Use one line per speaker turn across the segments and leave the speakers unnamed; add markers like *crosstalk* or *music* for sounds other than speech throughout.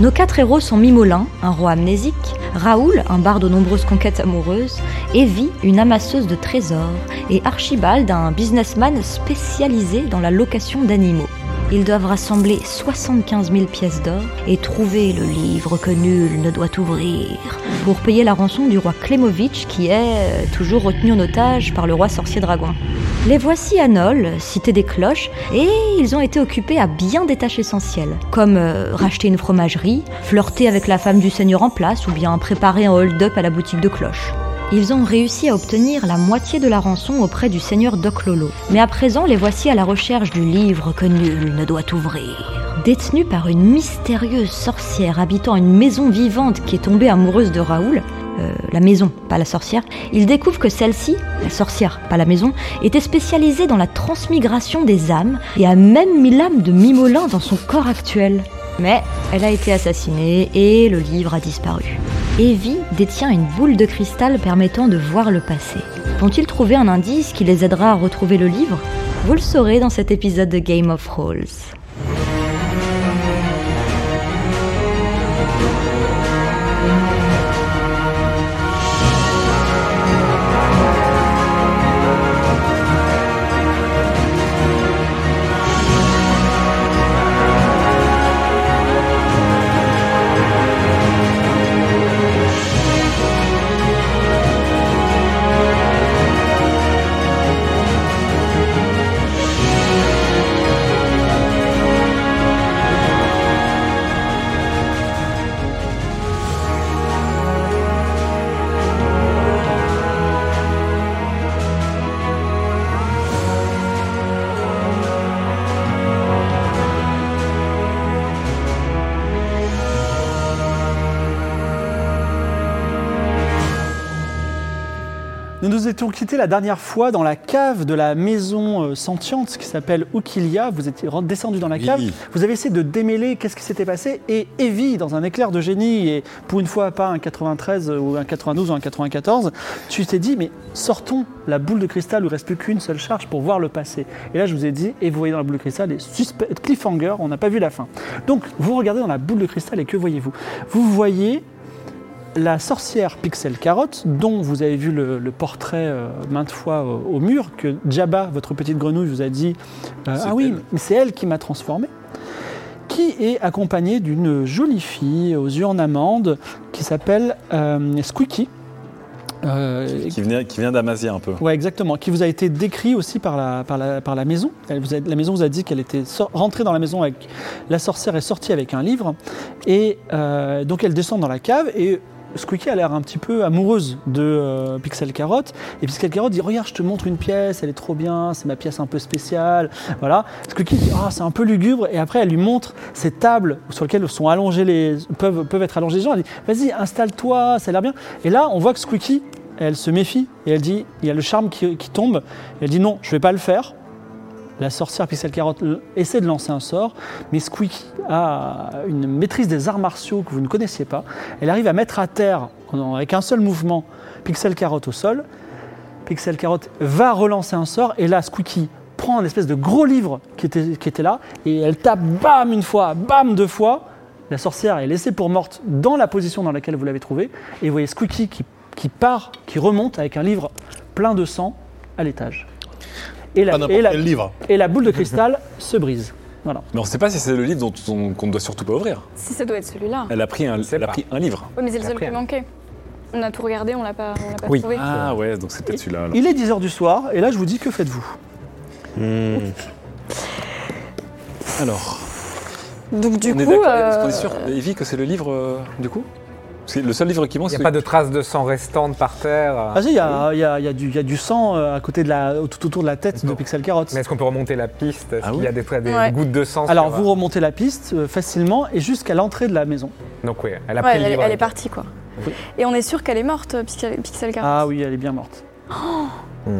Nos quatre héros sont Mimolin, un roi amnésique, Raoul, un barde aux nombreuses conquêtes amoureuses, Evie, une amasseuse de trésors, et Archibald, un businessman spécialisé dans la location d'animaux. Ils doivent rassembler 75 000 pièces d'or et trouver le livre que nul ne doit ouvrir pour payer la rançon du roi Klemovitch qui est euh, toujours retenu en otage par le roi sorcier dragon. Les voici à Nol, cité des cloches, et ils ont été occupés à bien des tâches essentielles, comme euh, racheter une fromagerie, flirter avec la femme du seigneur en place ou bien préparer un hold-up à la boutique de cloches. Ils ont réussi à obtenir la moitié de la rançon auprès du seigneur Doc Lolo. Mais à présent, les voici à la recherche du livre que nul ne doit ouvrir. Détenu par une mystérieuse sorcière habitant une maison vivante qui est tombée amoureuse de Raoul, euh, la maison, pas la sorcière, ils découvrent que celle-ci, la sorcière, pas la maison, était spécialisée dans la transmigration des âmes et a même mis l'âme de Mimolin dans son corps actuel. Mais elle a été assassinée et le livre a disparu. Evie détient une boule de cristal permettant de voir le passé. Vont-ils trouver un indice qui les aidera à retrouver le livre Vous le saurez dans cet épisode de Game of Rolls.
Nous nous étions quittés la dernière fois dans la cave de la maison euh, sentiente qui s'appelle Oukilia. Vous étiez ren- descendu dans la cave.
Oui.
Vous avez essayé de démêler qu'est-ce qui s'était passé. Et Evie, dans un éclair de génie, et pour une fois pas un 93 ou un 92 ou un 94, tu t'es dit, mais sortons la boule de cristal, où il reste plus qu'une seule charge pour voir le passé. Et là, je vous ai dit, et vous voyez dans la boule de cristal, les suspects, cliffhanger, on n'a pas vu la fin. Donc, vous regardez dans la boule de cristal et que voyez-vous Vous voyez la sorcière Pixel Carotte, dont vous avez vu le, le portrait euh, maintes fois au, au mur, que Jabba, votre petite grenouille, vous a dit euh,
C'est
Ah oui,
elle.
mais c'est elle qui m'a transformé. Qui est accompagnée d'une jolie fille aux yeux en amande qui s'appelle euh, Squeaky. Euh,
Qui, venait- qui vient d'Amazia un peu.
Ouais, exactement. Qui vous a été décrit aussi par la, par la, par la maison. Elle vous a- la maison vous a dit qu'elle était sor- rentrée dans la maison avec la sorcière est sortie avec un livre. Et euh, donc elle descend dans la cave et Squeaky a l'air un petit peu amoureuse de euh, Pixel Carotte. Et Pixel Carotte dit Regarde, je te montre une pièce, elle est trop bien, c'est ma pièce un peu spéciale. Voilà. Squeaky dit Ah, c'est un peu lugubre. Et après, elle lui montre ces tables sur lesquelles sont allongés les, peuvent, peuvent être allongés les gens. Elle dit Vas-y, installe-toi, ça a l'air bien. Et là, on voit que Squeaky, elle se méfie et elle dit Il y a le charme qui, qui tombe. Elle dit Non, je vais pas le faire. La sorcière Pixel Carotte l- essaie de lancer un sort, mais Squeaky a une maîtrise des arts martiaux que vous ne connaissiez pas. Elle arrive à mettre à terre, en- avec un seul mouvement, Pixel Carotte au sol. Pixel Carotte va relancer un sort, et là, Squeaky prend un espèce de gros livre qui était, qui était là, et elle tape bam une fois, bam deux fois. La sorcière est laissée pour morte dans la position dans laquelle vous l'avez trouvée, et vous voyez Squeaky qui, qui part, qui remonte avec un livre plein de sang à l'étage. Et la,
Pas
et
Ah, n'importe
la-
quel livre.
et la boule de cristal *laughs* se brise. Voilà.
Mais on ne sait pas si c'est le livre dont on- qu'on ne doit surtout pas ouvrir.
Si ça doit être celui-là.
Elle a pris un,
sait
elle a
pas.
pris un livre.
Oui, mais c'est le seul
Après,
qui
hein.
manquait. On a tout regardé, on l'a pas, on l'a pas
Oui.
trouvé.
Ah ouais, donc c'est peut-être celui-là. alors.
Il est 10h du soir, et là je vous dis que faites-vous
Alors,
Donc du
on est
coup,
d'accord. Est-ce qu'on
euh,
est sûr, Evie, que c'est le livre euh, du coup Parce Parce que Le seul livre qui manque,
Il n'y
c'est.
a pas de traces de sang restantes par terre. euh,
Ah si, il y a, il y a- il y a du- il y a du sang euh, à côté de la, tout autour de la tête de
D'accord.
Pixel Carrot.
Mais est-ce qu'on peut remonter la piste Est-ce
Ah
qu'il y a des, des
Ouais.
gouttes de sang sur-
Alors vous remontez la piste euh, facilement et jusqu'à l'entrée de la maison.
Donc oui, elle a
Ouais,
pris le
elle,
livre.
elle est
avec
partie, quoi.
Oui.
Et on est sûr qu'elle est morte, euh, Pixel, Pixel Carrot.
Ah oui, elle est bien morte.
Hmm.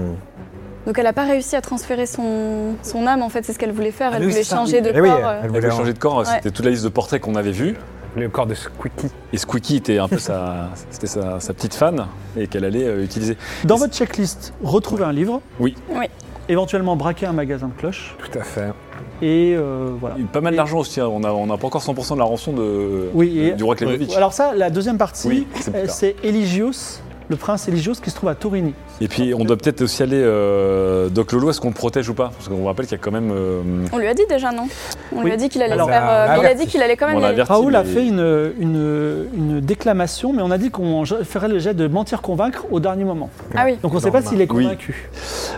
Donc elle n'a pas réussi à transférer son, son âme, en fait, c'est ce qu'elle voulait faire.
Ah
elle
oui,
voulait
c'est ça,
changer
oui.
de
Eh
corps.
oui,
euh,
elle
Elle
voulait
voulait changer de corps, c'était toute la liste de portraits qu'on avait vus.
Le corps de Squeaky.
Et Squeaky était un peu *laughs* sa, c'était sa, sa petite fan et qu'elle allait euh, utiliser.
Dans
Et
votre checklist, retrouver un livre.
Oui.
Oui.
Éventuellement braquer un magasin de cloches
Tout à fait.
et euh, voilà.
Il y a eu pas mal
Et-
d'argent aussi, hein. on n'a on a pas encore 100% de la rançon de,
Oui, et-
du roi Klemovic.
Alors ça, la deuxième partie,
Oui, c'est plus
euh,
tard.
c'est Eligios, le prince Eligios qui se trouve à Torini.
Et puis on doit peut-être aussi aller, euh, Doc Lolo, est-ce qu'on protège ou pas Parce qu'on rappelle qu'il y a quand même... euh,
On lui a dit déjà, non On lui
Oui.
a dit qu'il allait
Alors,
le faire.
on l'a
euh, il a dit
averti.
qu'il allait quand même
on
y
l'a
aller.
averti,
Raoul a
mais-
fait une, une- une déclamation, mais on a dit qu'on je- ferait le jet de mentir-convaincre au dernier moment.
Ah oui.
Donc on ne sait pas s'il est
Oui.
convaincu.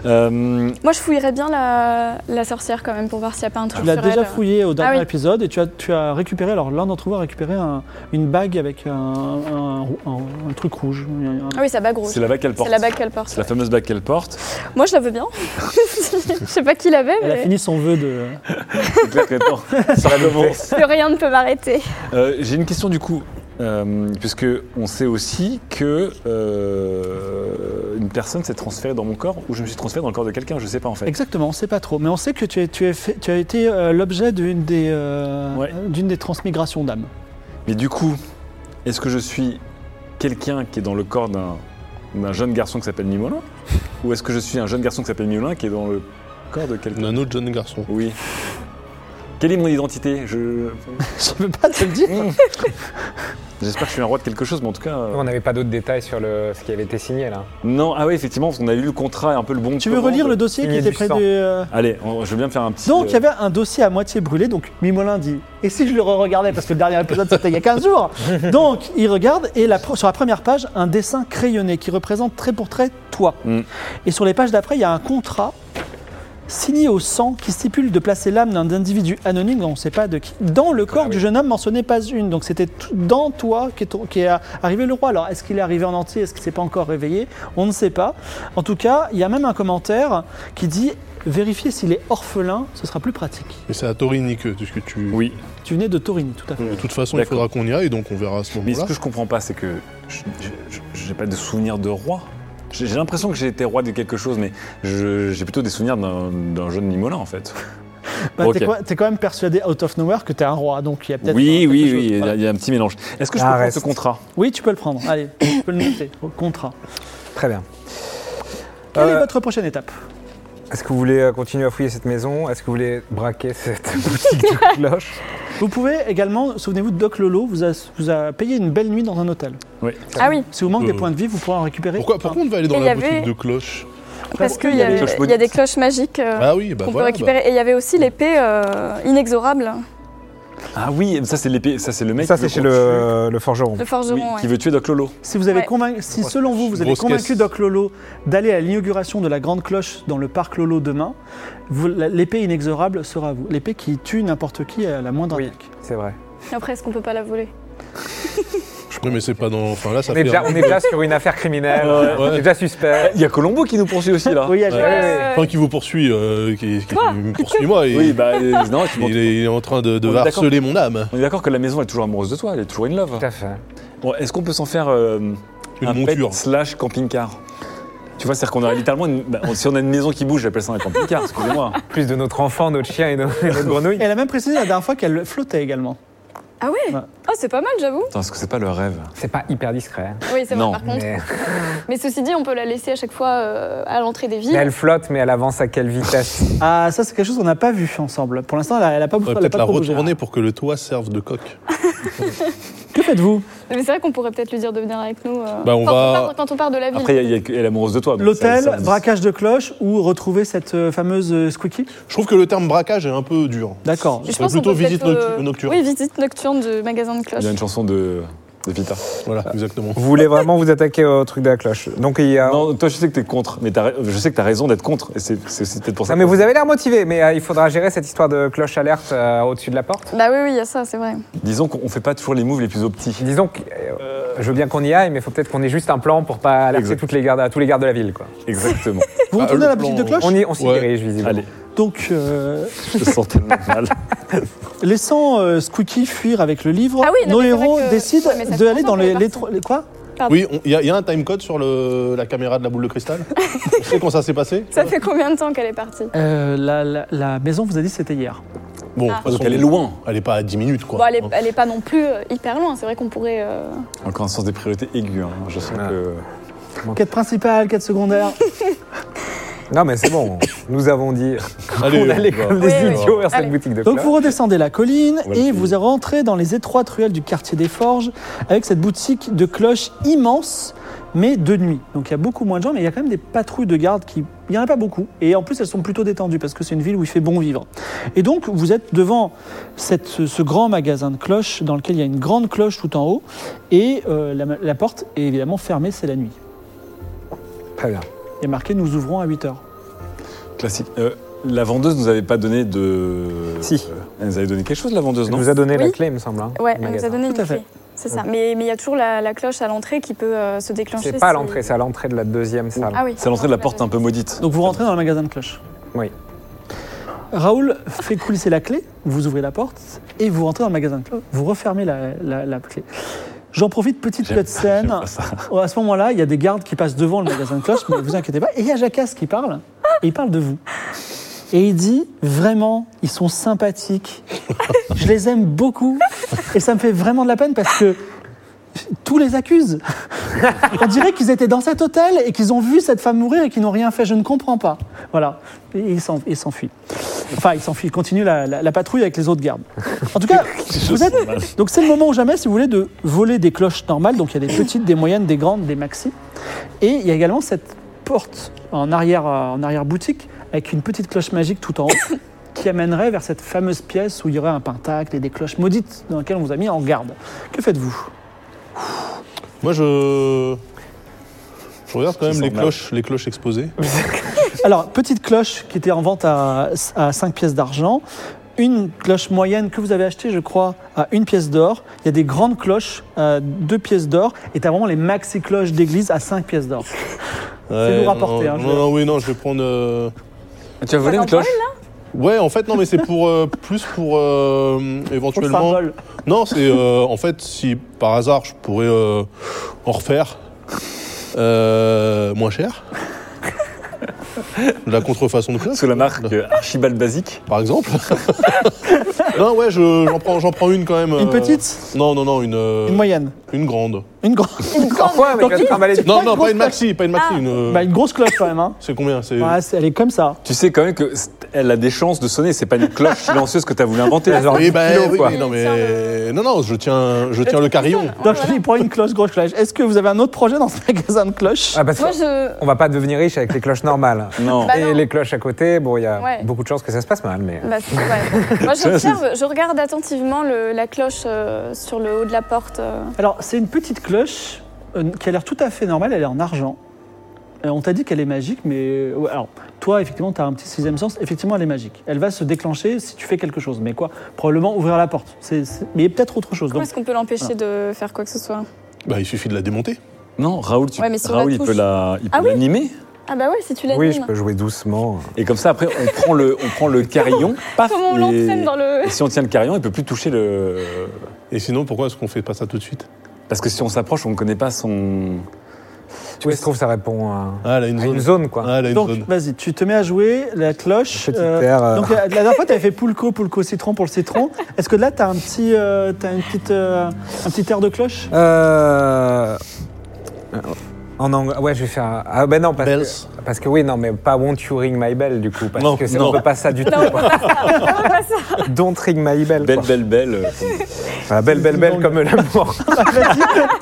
Euh,
Moi, je fouillerais bien la, la sorcière quand même pour voir s'il n'y a pas un truc
Tu l'as
sur
déjà
elle.
fouillé au dernier
Ah oui.
épisode et tu as, tu as récupéré, alors l'un d'entre vous a récupéré un- une bague avec un, un- un- un truc rouge. un- un-
Ah oui, sa bague rouge.
C'est la bague qu'elle porte.
C'est la bague qu'elle porte.
C'est la fameuse bague qu'elle
*laughs*
porte.
Moi, je la veux bien. je sais pas qui l'avait,
Elle a
mais
fini son vœu de...
C'est clair que-
*laughs*
attends, ça va devancer.
que rien ne peut m'arrêter.
Euh, J'ai une question du coup, euh, puisque on sait aussi que euh, une personne s'est transférée dans mon corps ou je me suis transféré dans le corps de quelqu'un, je sais pas en fait.
Exactement, on ne sait pas trop, mais on sait que tu, es- tu es fait- tu as été euh, l'objet d'une des, euh,
Ouais.
d'une des transmigrations d'âme. *laughs*
Mais du coup, est-ce que je suis quelqu'un qui est dans le corps d'un d'un jeune garçon qui s'appelle Mimolin ou est-ce que je suis un jeune garçon qui s'appelle Mimolin qui est dans le corps de quelqu'un
Un autre jeune garçon.
Oui. Quelle est mon identité Je
Je ne peux pas te le dire.
Mmh, j'espère que je suis un roi de quelque chose, mais en tout cas euh,
On n'avait pas d'autres détails sur le... ce qui avait été signé là.
non. Ah oui, effectivement, parce qu'on a lu le contrat et un peu le bon. de
Tu veux
commande.
relire le dossier qui
Il y a
était
du
près
sang.
du... euh,
Allez, on- je veux bien me faire un petit.
Donc il y
euh,
avait un dossier à moitié brûlé, donc Mimolin dit, et si je le re-regardais, parce que le dernier épisode c'était il y a 15
*laughs*
jours, donc il regarde, et la pro- sur la première page, un dessin crayonné qui représente trait pour trait toi.
Mm.
Et sur les pages d'après, il y a un contrat signé au sang qui stipule de placer l'âme d'un individu anonyme, dont on ne sait pas de qui, dans le corps
Ah oui.
du jeune homme, mentionnait pas une. Donc c'était tout- dans toi qu'est ton- qu'est arrivé le roi. Alors est-ce qu'il est arrivé en entier, est-ce qu'il s'est pas encore réveillé On ne sait pas. En tout cas, il y a même un commentaire qui dit... Vérifier s'il est orphelin, ce sera plus pratique.
Mais c'est à Torini que, que tu.
Oui.
Tu venais de Torini, tout à fait.
De toute façon, il
D'accord.
faudra qu'on y aille, donc on verra à ce
Mais ce
moment-là.
que je comprends pas, c'est que je- je- je- j'ai pas de souvenir de roi. J'ai j'ai l'impression que j'ai été roi de quelque chose, mais je- j'ai plutôt des souvenirs d'un d'un jeune Nimolin en fait.
Bah,
Ok.
T'es quoi- t'es quand même persuadé, out of nowhere, que t'es un roi, donc il y a peut-être.
Oui, oui,
quelque
oui,
chose.
il y
Voilà.
a- il y, a un petit mélange. Est-ce que je peux
Ah,
prendre
reste.
ce contrat
Oui, tu peux le prendre. Allez, *coughs* tu peux le noter. au Contrat.
Très bien.
Quelle est
Euh,
votre prochaine étape
Est-ce que vous voulez euh, continuer à fouiller cette maison Est-ce que vous voulez braquer cette *laughs* boutique
*laughs*
de cloches
Vous pouvez également, souvenez-vous, de Doc Lolo vous a, vous a payé une belle nuit dans un hôtel.
Ah oui,
Si vous manque des
Euh.
points de vie, vous pourrez en récupérer.
Pourquoi, pourquoi on va aller dans
Et il y
la
avait-
boutique de cloches
parce qu'il
il
y,
y a
a-
des cloches
il y a
bonites.
des cloches magiques euh,
Ah oui, bah
qu'on
voilà.
peut récupérer. Et il y avait aussi l'épée euh, inexorable,
Ah oui, ça c'est l'épée, ça c'est le mec.
Ça,
qui
c'est
veut
chez
qu'on tue.
le, le forgeron.
le
Oui,
forgeron.
qui
ouais.
veut tuer Doc Lolo.
Si vous avez
Ouais.
convaincu, si selon vous, vous avez
Grosse
convaincu
caisse.
Doc Lolo d'aller à l'inauguration de la grande cloche dans le parc Lolo demain, vous- la- l'épée inexorable sera à vous. L'épée qui tue n'importe qui à la moindre
Oui.
attaque.
C'est vrai.
Et Après, est-ce qu'on peut pas la voler
bah, Non, mais c'est pas dans. Enfin là, ça
On est,
fait.
déjà, on est déjà sur une affaire criminelle.
Ouais.
On est déjà suspect.
*laughs* Il y a Colombo qui nous poursuit aussi là.
Oui, il y a-
Ouais. Enfin, qui vous poursuit, euh, qui, qui me poursuit moi, et
Oui, bah euh, non, tu m'en-
il, est, il est en train de, de
On est d'accord.
harceler mon âme.
on est d'accord que la maison est toujours amoureuse de toi, elle est toujours in love.
Tout à fait.
Bon, Est-ce qu'on peut s'en faire euh,
Une
un
monture.
pet slash camping-car Tu vois, c'est-à-dire qu'on a littéralement, une- bah, si on a une maison qui bouge, j'appelle ça un camping-car, excusez-moi.
Plus de notre enfant, notre chien et, nos- et notre grenouille.
Elle a même précisé la dernière fois qu'elle flottait également.
Ah ouais
Ouais.
Oh, c'est pas mal, j'avoue.
Attends, est-ce que c'est pas le rêve
C'est pas hyper discret.
Oui, c'est vrai,
Non,
par contre.
Mais,
Mais ceci dit, on peut la laisser à chaque fois euh, à l'entrée des
mais
villes.
elle flotte, mais elle avance à quelle vitesse
Ah, ça, c'est quelque chose qu'on n'a pas vu ensemble. Pour l'instant, elle n'a pas,
On
beaucoup
va
elle a
peut-être
pas
la
trop bougé.
hein.
retourner pour que le toit serve de coque.
Que faites-vous
Mais c'est vrai qu'on pourrait peut-être lui dire de venir avec nous. euh,
Bah, on
quand,
va-
part, quand on part de la ville.
Après, il y a- il y a que- elle est amoureuse de toi. donc ça- ça-
L'hôtel,
ça-
braquage de cloche ou retrouver cette euh, fameuse euh, squeaky
Je trouve que le terme braquage est un peu dur.
D'accord.
Je pense
plutôt
qu'on peut
visite
peut-être, euh,
noctu- nocturne.
Oui, visite nocturne de magasin de
Il y a
cloches.
une chanson de, de Vita.
Voilà,
Ah.
exactement.
Vous voulez vraiment vous attaquer au truc de la cloche Donc il y a.
Non, toi, je sais que t'es contre, mais t'as ra- je sais que t'as raison d'être contre. Et c'est c'est aussi peut-être pour ça.
Non, Ah, mais
que-
vous avez l'air motivé, mais euh, il faudra gérer cette histoire de cloche alerte euh, au-dessus de la porte.
Bah oui, oui, il y a ça, c'est vrai.
Disons qu'on fait pas toujours les moves les plus optiques.
Disons que euh, je veux bien qu'on y aille, mais il faut peut-être qu'on ait juste un plan pour pas alerter
Exact.
toutes les gardes, à tous les gardes de la ville. Quoi.
Exactement.
Vous
Ah,
retournez à la
le
boutique de
plan-
cloche
On y- on s'y
Ouais.
dirige visiblement.
*laughs* Allez,
Donc, euh,
je me sens tellement mal.
laissant euh, Squeaky fuir avec le livre,
Ah oui,
nos
non, mais c'est vrai
héros
que-
décident
Ouais, mais ça fait
d'aller
longtemps
dans
qu'on est
les, les,
parti.
trois- les- quoi
Oui, il y, a- y a un timecode sur le, la caméra de la boule
*laughs*
de cristal. on sait quand ça s'est passé
Ça fait combien de temps qu'elle est partie
Euh, la, la- la maison vous a dit que c'était hier.
Bon, de toute
Ah.
façon,
Donc elle est loin.
Elle est pas à 10 minutes, quoi.
Bon, elle est, elle est pas non plus euh, hyper loin. C'est vrai qu'on pourrait. euh,
Encore un sens des priorités aiguës. hein. Je sens
Ah.
que.
Quête principale, quête secondaire.
Non, mais c'est bon. Nous avons dit
*laughs*
Allez,
qu'on allait
on va.
comme
Ouais,
des
ouais.
idiots vers cette
Allez.
boutique de
Donc
cloche.
vous redescendez la colline
Ouais,
et
c'est-
vous rentrez dans les étroites ruelles du quartier des Forges avec cette boutique de cloches immense, mais de nuit. Donc il y a beaucoup moins de gens, mais il y a quand même des patrouilles de gardes qui... Il n'y en a pas beaucoup. Et en plus, elles sont plutôt détendues parce que c'est une ville où il fait bon vivre. Et donc vous êtes devant cette, ce ce grand magasin de cloches dans lequel il y a une grande cloche tout en haut et euh, la, la porte est évidemment fermée, c'est la nuit.
Très bien.
Il y a marqué nous ouvrons à 8 heures.
Classique. Euh, la vendeuse nous avait pas donné de.
Si.
Euh, elle nous avait donné quelque chose, la vendeuse,
Elle
non
nous a donné la
Oui.
clé, il me semble. hein,
Ouais,
du
elle nous
magasin.
a donné une
Tout à fait.
clé. C'est ça. Mais mais il y a toujours la, la cloche à l'entrée qui peut euh, se déclencher.
C'est pas à
si-
l'entrée, c'est à l'entrée de la deuxième salle.
Ah oui.
C'est à l'entrée de la porte un peu maudite.
Donc vous rentrez dans le magasin de cloches.
Oui.
Raoul fait coulisser la clé, vous ouvrez la porte et vous rentrez dans le magasin de cloches. Vous refermez la, la- la clé. J'en profite, petite
J'aime-
cutscene.
j'aime pas ça.
À ce moment-là, il y a des gardes qui passent devant le magasin de cloches, mais vous inquiétez pas. Et il y a Jacasse qui parle, et il parle de vous. Et il dit vraiment, ils sont sympathiques, je les aime beaucoup, et ça me fait vraiment de la peine parce que tous les accusent. On dirait qu'ils étaient dans cet hôtel et qu'ils ont vu cette femme mourir et qu'ils n'ont rien fait. Je ne comprends pas. Voilà. Et ils s'en- ils s'enfuient. Enfin, ils s'enfuient. Ils continuent la, la- la patrouille avec les autres gardes. En tout cas, vous êtes. Donc, c'est le moment ou jamais, si vous voulez, de voler des cloches normales. Donc, il y a des petites, des moyennes, des grandes, des maxi. Et il y a également cette porte en arrière, euh, en arrière boutique avec une petite cloche magique tout en haut *coughs* qui amènerait vers cette fameuse pièce où il y aurait un pentacle et des cloches maudites dans lesquelles on vous a mis en garde. Que faites-vous
Moi, je. Je regarde quand
Je
même les
sens mal.
cloches, les
*laughs*
cloches exposées.
Alors, petite cloche qui était en vente à, à 5 pièces d'argent. Une cloche moyenne que vous avez achetée, je crois, à une pièce d'or. Il y a des grandes cloches à deux pièces d'or. Et tu as vraiment les maxi-cloches d'église à 5 pièces d'or.
Ouais,
lourd à porter,
Non,
hein, je-
non, non, oui, non, je vais prendre. euh,
Tu as volé
une
une cloche
Ouais, en fait, non, mais c'est pour euh, *laughs* plus pour euh,
Pour le
éventuellement.
symbole.
Non, c'est euh, en fait si par hasard je pourrais euh, en refaire euh,
*laughs*
moins cher. La contrefaçon de classe,
Sous la marque euh, Archibald Basique.
par exemple. *laughs* non, ouais, je- j'en prends, j'en prends une quand même.
Une
euh,
petite
Non, non, non, une. euh,
Une moyenne
une grande.
Une, gro-
Parfois, mais
Donc,
je vais te trimballer du-
Non,
une
non,
grosse
pas une maxi, Euh. pas une maxi. une, euh,
bah, une grosse cloche quand même. hein.
C'est combien C'est.
Ouais, c'est- elle est comme ça.
Tu sais quand même que c'est- elle a des chances de sonner. C'est pas une
*laughs*
cloche silencieuse que t'as voulu inventer.
genre
Oui,
10
bah,
kilos,
oui,
quoi.
mais non,
euh,
mais non, non, je tiens, je tiens le carillon.
Donc il prend une cloche, grosse cloche. Est-ce que vous avez un autre projet dans ce magasin de cloches
Ah, parce
Moi,
que
je.
on va pas devenir riche avec les cloches normales.
Non.
Bah
Et
non.
les cloches à côté, bon, il y a
Ouais.
beaucoup de chances que ça se passe mal, mais. euh,
Bah,
*laughs*
c'est- ouais. Moi, j'observe, je regarde attentivement le- la cloche euh, sur le haut de la porte. euh.
Alors, c'est une petite cloche euh, qui a l'air tout à fait normale, elle est en argent. Euh, on t'a dit qu'elle est magique, mais. euh, ouais, alors, toi, effectivement, tu as un petit sixième sens, effectivement, elle est magique. Elle va se déclencher si tu fais quelque chose. Mais quoi Probablement ouvrir la porte. C'est- c'est- mais peut-être autre chose.
Comment
Donc,
est-ce qu'on peut
Ah.
l'empêcher de faire quoi que ce soit
Bah, il suffit de la démonter.
Non, Raoul, tu-
Ouais, mais sur la
Raoul il
touche.
peut la, il peut
Ah oui
l'animer.
Ah bah ouais, si tu l'animes.
Oui, je peux jouer doucement.
Et comme ça, après,
*laughs*
on prend le, on prend le carillon. paf,
Comment on
et-
l'entraîne dans le.
Et si on tient le carillon, il peut plus toucher le.
Et sinon, pourquoi est-ce qu'on fait pas ça tout de suite
Parce que si on s'approche, on ne connaît pas son.
Tu vois, je trouve ça répond à,
Ah, elle a une
à
zone.
une zone, quoi.
Ah, elle a une
donc,
zone.
vas-y, tu te mets à jouer la cloche.
Petite terre, euh.
Donc, la, la dernière fois, tu avais fait Poulco, Poulco, Citron pour le citron. Est-ce que là, tu as, un petit, euh, t'as une petite, euh, un petit air de cloche
Euh. En anglais. Ouais, je vais faire. un- Ah, ben non, parce
Bells.
que. Parce que oui, non, mais pas Won't You Ring My Bell, du coup. Parce
Non,
que c'est-
non.
on peut pas ça du tout. quoi. Don't Ring My Bell.
Belle,
quoi.
belle, belle. euh,
Voilà, belle, belle, belle,
Donc-
comme l'amour. *laughs*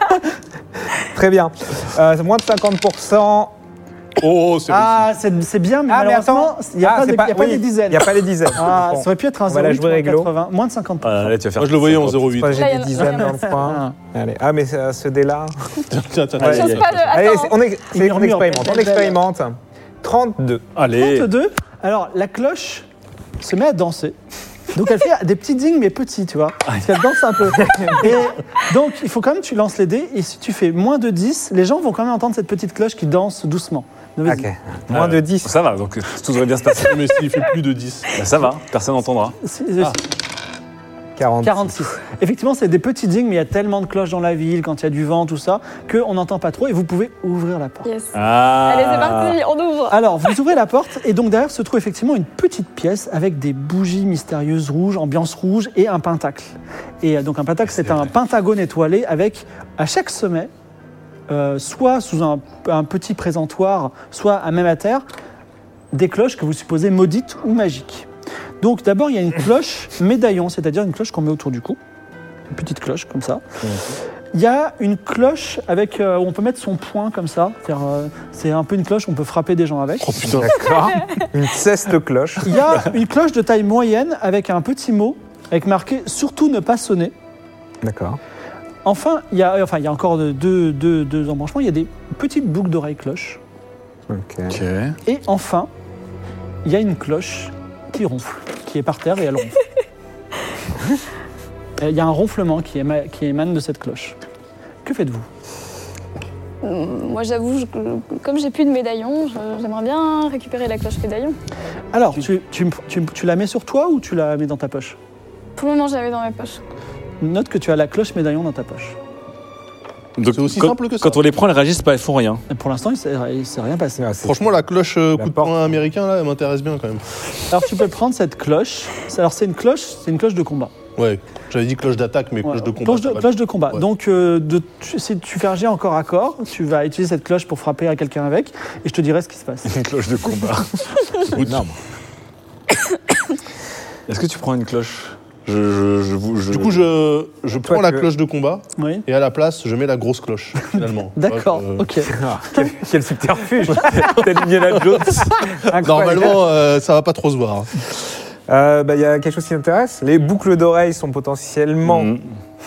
Très bien. Euh, c'est moins de 50%.
Oh, c'est
Ah, c'est c'est bien, mais
Ah, mais
malheureusement,
attends.
il n'y a,
Ah,
pas,
c'est
de-
pas-
il y a pas
oui.
des
Il
dizaines.
n'y a pas les dizaines.
Ah,
je
ça
comprends.
aurait pu être un
On va la
0,8
jouer
ou un
réglo.
80, moins de 50
Ah, là, tu vas faire.
Moi, je le voyais en 08.
J'ai
Là, il y
des
en a- *laughs*
dizaines dans le coin. Allez. Ah, mais c'est- ce dé-là.
Tiens, tiens, tiens.
Ouais,
J'ose pas le. Attends.
Allez, c'est- on, ex-
Il
c'est-
murmure,
on expérimente.
belle,
On
belle.
expérimente. 32.
Allez.
32. Alors, la cloche se met à danser. Donc elle fait des petits dings, mais petits, tu vois. Parce qu'elle danse un
*laughs*
peu. Et donc il faut quand même que tu lances les dés, et si tu fais moins de 10, les gens vont quand même entendre cette petite cloche qui danse doucement. Donc, vas-y.
Ok. Moins de 10.
Ah, Ça va, donc euh, tout devrait bien se passer.
*laughs* Mais s'il fait plus de 10.
Bah, ça va, personne n'entendra.
C'est-
Ah,
c'est-
40.
46. Effectivement, c'est des petits dings, mais il y a tellement de cloches dans la ville, quand il y a du vent, tout ça, qu'on n'entend pas trop, et vous pouvez ouvrir la porte.
Yes.
Ah
Allez, c'est parti, on ouvre.
Alors, vous ouvrez la porte et donc derrière se trouve effectivement une petite pièce avec des bougies mystérieuses rouges, ambiance rouge et un pentacle. Et euh, donc un pentacle, c'est un pentagone étoilé avec à chaque sommet, euh, soit sous un, un petit présentoir, soit à même à terre, des cloches que vous supposez maudites ou magiques. Donc d'abord, il y a une cloche médaillon, c'est-à-dire une cloche qu'on met autour du cou. Une petite cloche comme ça. Il y a une cloche avec euh, où on peut mettre son poing comme ça. C'est-à-dire, euh, C'est un peu une cloche, on peut frapper des gens avec.
Oh putain.
*laughs*
D'accord. Une ceste cloche.
Il y a une cloche de taille moyenne avec un petit mot, avec marqué surtout ne pas sonner.
D'accord.
Enfin, il y a, enfin, il y a encore deux, deux, deux embranchements. Il y a des petites boucles d'oreilles cloches.
Ok.
Ok.
Et enfin, il y a une cloche qui ronfle, qui est par terre et elle ronfle. Et Il y a un ronflement qui, éma- qui émane de cette cloche. Que faites-vous
Hum, Moi, j'avoue, je- comme j'ai plus de médaillon, je- j'aimerais bien récupérer la cloche médaillon.
Alors, tu, tu me- tu me- tu la mets sur toi ou tu la mets dans ta poche
Pour le moment, je l'avais dans mes poches.
Note que tu as la cloche médaillon dans ta poche.
Donc,
C'est aussi
quand,
simple que ça.
Quand on les prend, elles réagissent pas, elles font rien.
Et Euh, pour l'instant, il ne s'est rien passé.
Ah, c'est-
Franchement, la cloche euh,
La
coup de
porte.
poing américain, là, elle m'intéresse bien quand même.
Alors, tu peux prendre cette cloche. Alors, c'est une cloche, c'est une cloche de combat.
Ouais, j'avais dit cloche d'attaque, mais cloche
Voilà.
de combat.
Cloche
ça
de,
va.
cloche de combat.
Ouais.
Donc, euh, de- tu- si tu fais un jet encore à corps, tu vas utiliser cette cloche pour frapper à quelqu'un avec, et je te dirai ce qui se passe.
*laughs* Une cloche de combat.
Énorme.
Est-ce que tu prends une cloche je, je, je, vous- je-
Du coup, je, je prends
Toi,
la
tu veux-
cloche de combat
Oui.
et à la place, je mets la grosse cloche, finalement.
D'accord,
Euh,
ok.
Ah, quel, quel subterfuge *laughs*
T'as Indiana Jones
Incroyable.
Normalement, euh, ça va pas trop se voir.
Euh, bah, Il y a quelque chose qui m'intéresse. Les boucles d'oreilles sont potentiellement
Mhm.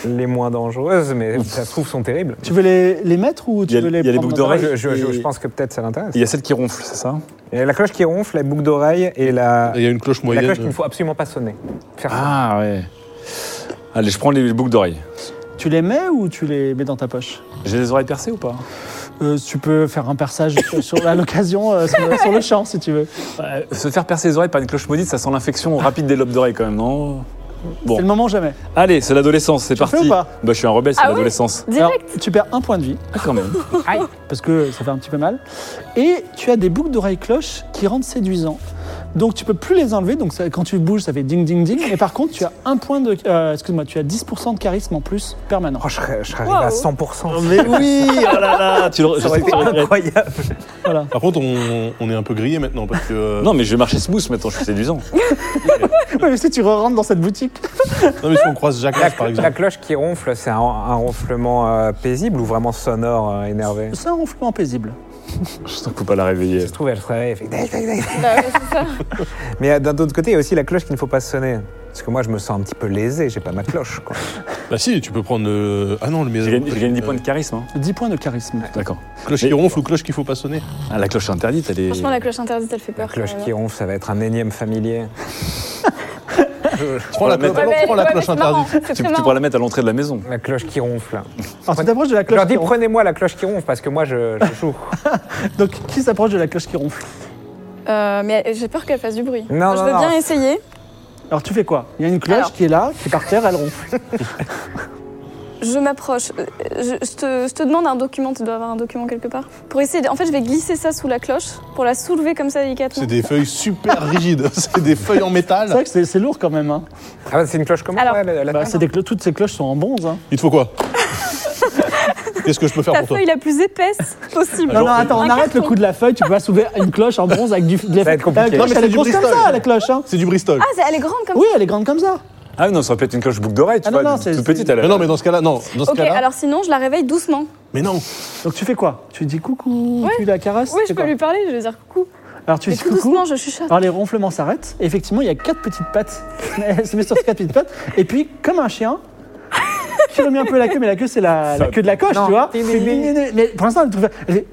les moins dangereuses, mais ça se trouve sont terribles.
Tu veux les, les mettre ou tu
Il y a-
veux les
il y a les
prendre
boucles
dans ta-
d'oreilles.
Je, je- je- je
Et-
pense que peut-être ça l'intéresse.
Il y a celle qui ronfle, c'est ça
Il y a la cloche qui ronfle, la boucle d'oreille et la,
Il y a une cloche
la
moyenne.
cloche qu'il ne faut absolument pas sonner. Faire ça.
Ah ouais. Allez, je prends les boucles d'oreilles.
Tu les mets ou tu les mets dans ta poche
J'ai les oreilles percées ou pas
Euh, Tu peux faire un perçage sur- sur, à l'occasion, euh, sur, sur le champ, si tu veux.
Euh, Se faire percer les oreilles par une cloche maudite, ça sent l'infection rapide des lobes d'oreilles quand même, non Bon.
C'est le moment jamais.
Allez, c'est l'adolescence, c'est
Tu le fais
parti.
ou pas
bah, je suis un rebelle, c'est
Ah ouais
l'adolescence.
Direct
Alors, tu perds un point de vie,
Ah, quand même.
parce que ça fait un petit peu mal. Et tu as des boucles d'oreilles cloche qui rendent séduisant. Donc tu peux plus les enlever, donc ça- quand tu bouges, ça fait ding ding ding. Et par contre, tu as un point de... euh, Excuse-moi, tu as 10% de charisme en plus permanent.
Oh, je serais, je serais arrivé
Wow.
à 100%.
*laughs* Mais oui Oh là là tu le- je
Ça aurait
sais
été
pas.
incroyable.
Par contre, on, on est un peu grillé maintenant parce que. euh,
Non, mais je vais marcher smooth maintenant, je suis séduisant.
Ouais, mais si tu re-rentres dans cette boutique,
non, mais si on croise Jacques
La,
par
la
exemple.
cloche qui ronfle, c'est un, un ronflement euh, paisible ou vraiment sonore, euh, énervé
c'est un ronflement paisible.
Je sens qu'il faut pas la réveiller.
Je trouve elle se réveille, elle fait ding, ding, ding.
Bah ouais, c'est ça.
*laughs* Mais euh, d'un autre côté, il y a aussi la cloche qu'il ne faut pas sonner. Parce que moi, je me sens un petit peu lésé, j'ai pas ma cloche. Quoi.
Bah si, tu peux prendre le. Ah non, le
J'ai
maison.
gagné, j'ai gagné 10 points de charisme. hein.
10 points de charisme.
D'accord.
Cloche qui ronfle ou cloche qu'il faut pas sonner.
Ah, la cloche interdite, elle est.
Franchement, la cloche interdite, elle fait
La
peur.
cloche
quand même. hein.
qui ronfle, ça va être un énième familier.
Prends la,
mettre-
cloche-
Ouais, mais-
prends la
ouais, mais
cloche
c'est marrant,
interdite.
c'est
Tu,
très
tu
marrant.
pourras la mettre à l'entrée de la maison.
La cloche qui ronfle.
Alors tu t'approches de la
Je
cloche
leur dis
qui ronfle.
prenez-moi la cloche qui ronfle parce que moi je, je joue.
Donc qui s'approche de la cloche qui ronfle
Euh, mais j'ai peur qu'elle fasse du bruit.
Non,
je
non,
veux
non.
bien essayer.
Alors tu fais quoi Il y a une cloche
Alors.
qui est là, qui est par terre, elle ronfle.
Je m'approche. Euh, Je, je te, je te demande un document. Tu dois avoir un document quelque part. Pour essayer. de- En fait, je vais glisser ça sous la cloche pour la soulever comme ça délicatement.
C'est des feuilles super rigides. *laughs* C'est des feuilles en
C'est vrai
métal.
que c'est c'est lourd quand même. hein.
Ah, bah, c'est une cloche comment
Alors.
ouais, la- la-
Bah, c'est des clo- toutes ces cloches sont en bronze. hein.
Il te faut quoi Qu'est-ce que je peux faire
Ta
pour toi
feuille la plus épaisse possible.
Non, non, attends, on
Un
arrête le
carton.
coup de la feuille, tu peux pas soulever une cloche en bronze avec du... de l'effet-
va être compliqué.
La Euh,
Non,
cloche,
mais c'est
elle est
du
grosse comme
Bristol.
ça, la cloche. hein.
C'est du Bristol.
Ah, c'est- elle est grande
*laughs*
comme
Oui, elle est grande comme ça.
Ah non, ça aurait pu être une cloche boucle d'oreille, tu
Ah non,
vois.
non, c'est-
toute petite, elle
Mais non, mais dans ce cas-là, non. Dans ce
ça. Ok,
cas-là.
alors sinon, je la réveille doucement.
Mais non.
Donc tu fais quoi Tu dis coucou,
Ouais.
tu la caresses tu
Oui, je
fais
peux
quoi
lui parler. Je vais dire coucou.
Alors tu
Mais
dis
tout
coucou,
doucement, je chuchote.
Alors les ronflements s'arrêtent. Et effectivement, il y a quatre petites pattes. *laughs* Elle se met sur ses quatre petites pattes. Et puis, comme un chien, *laughs* qui remet un peu la queue, mais la queue, c'est la, la queue de la coche,
Non.
tu vois.
Ding, ding, ding.
Mais pour l'instant, elle trouve. elle fait-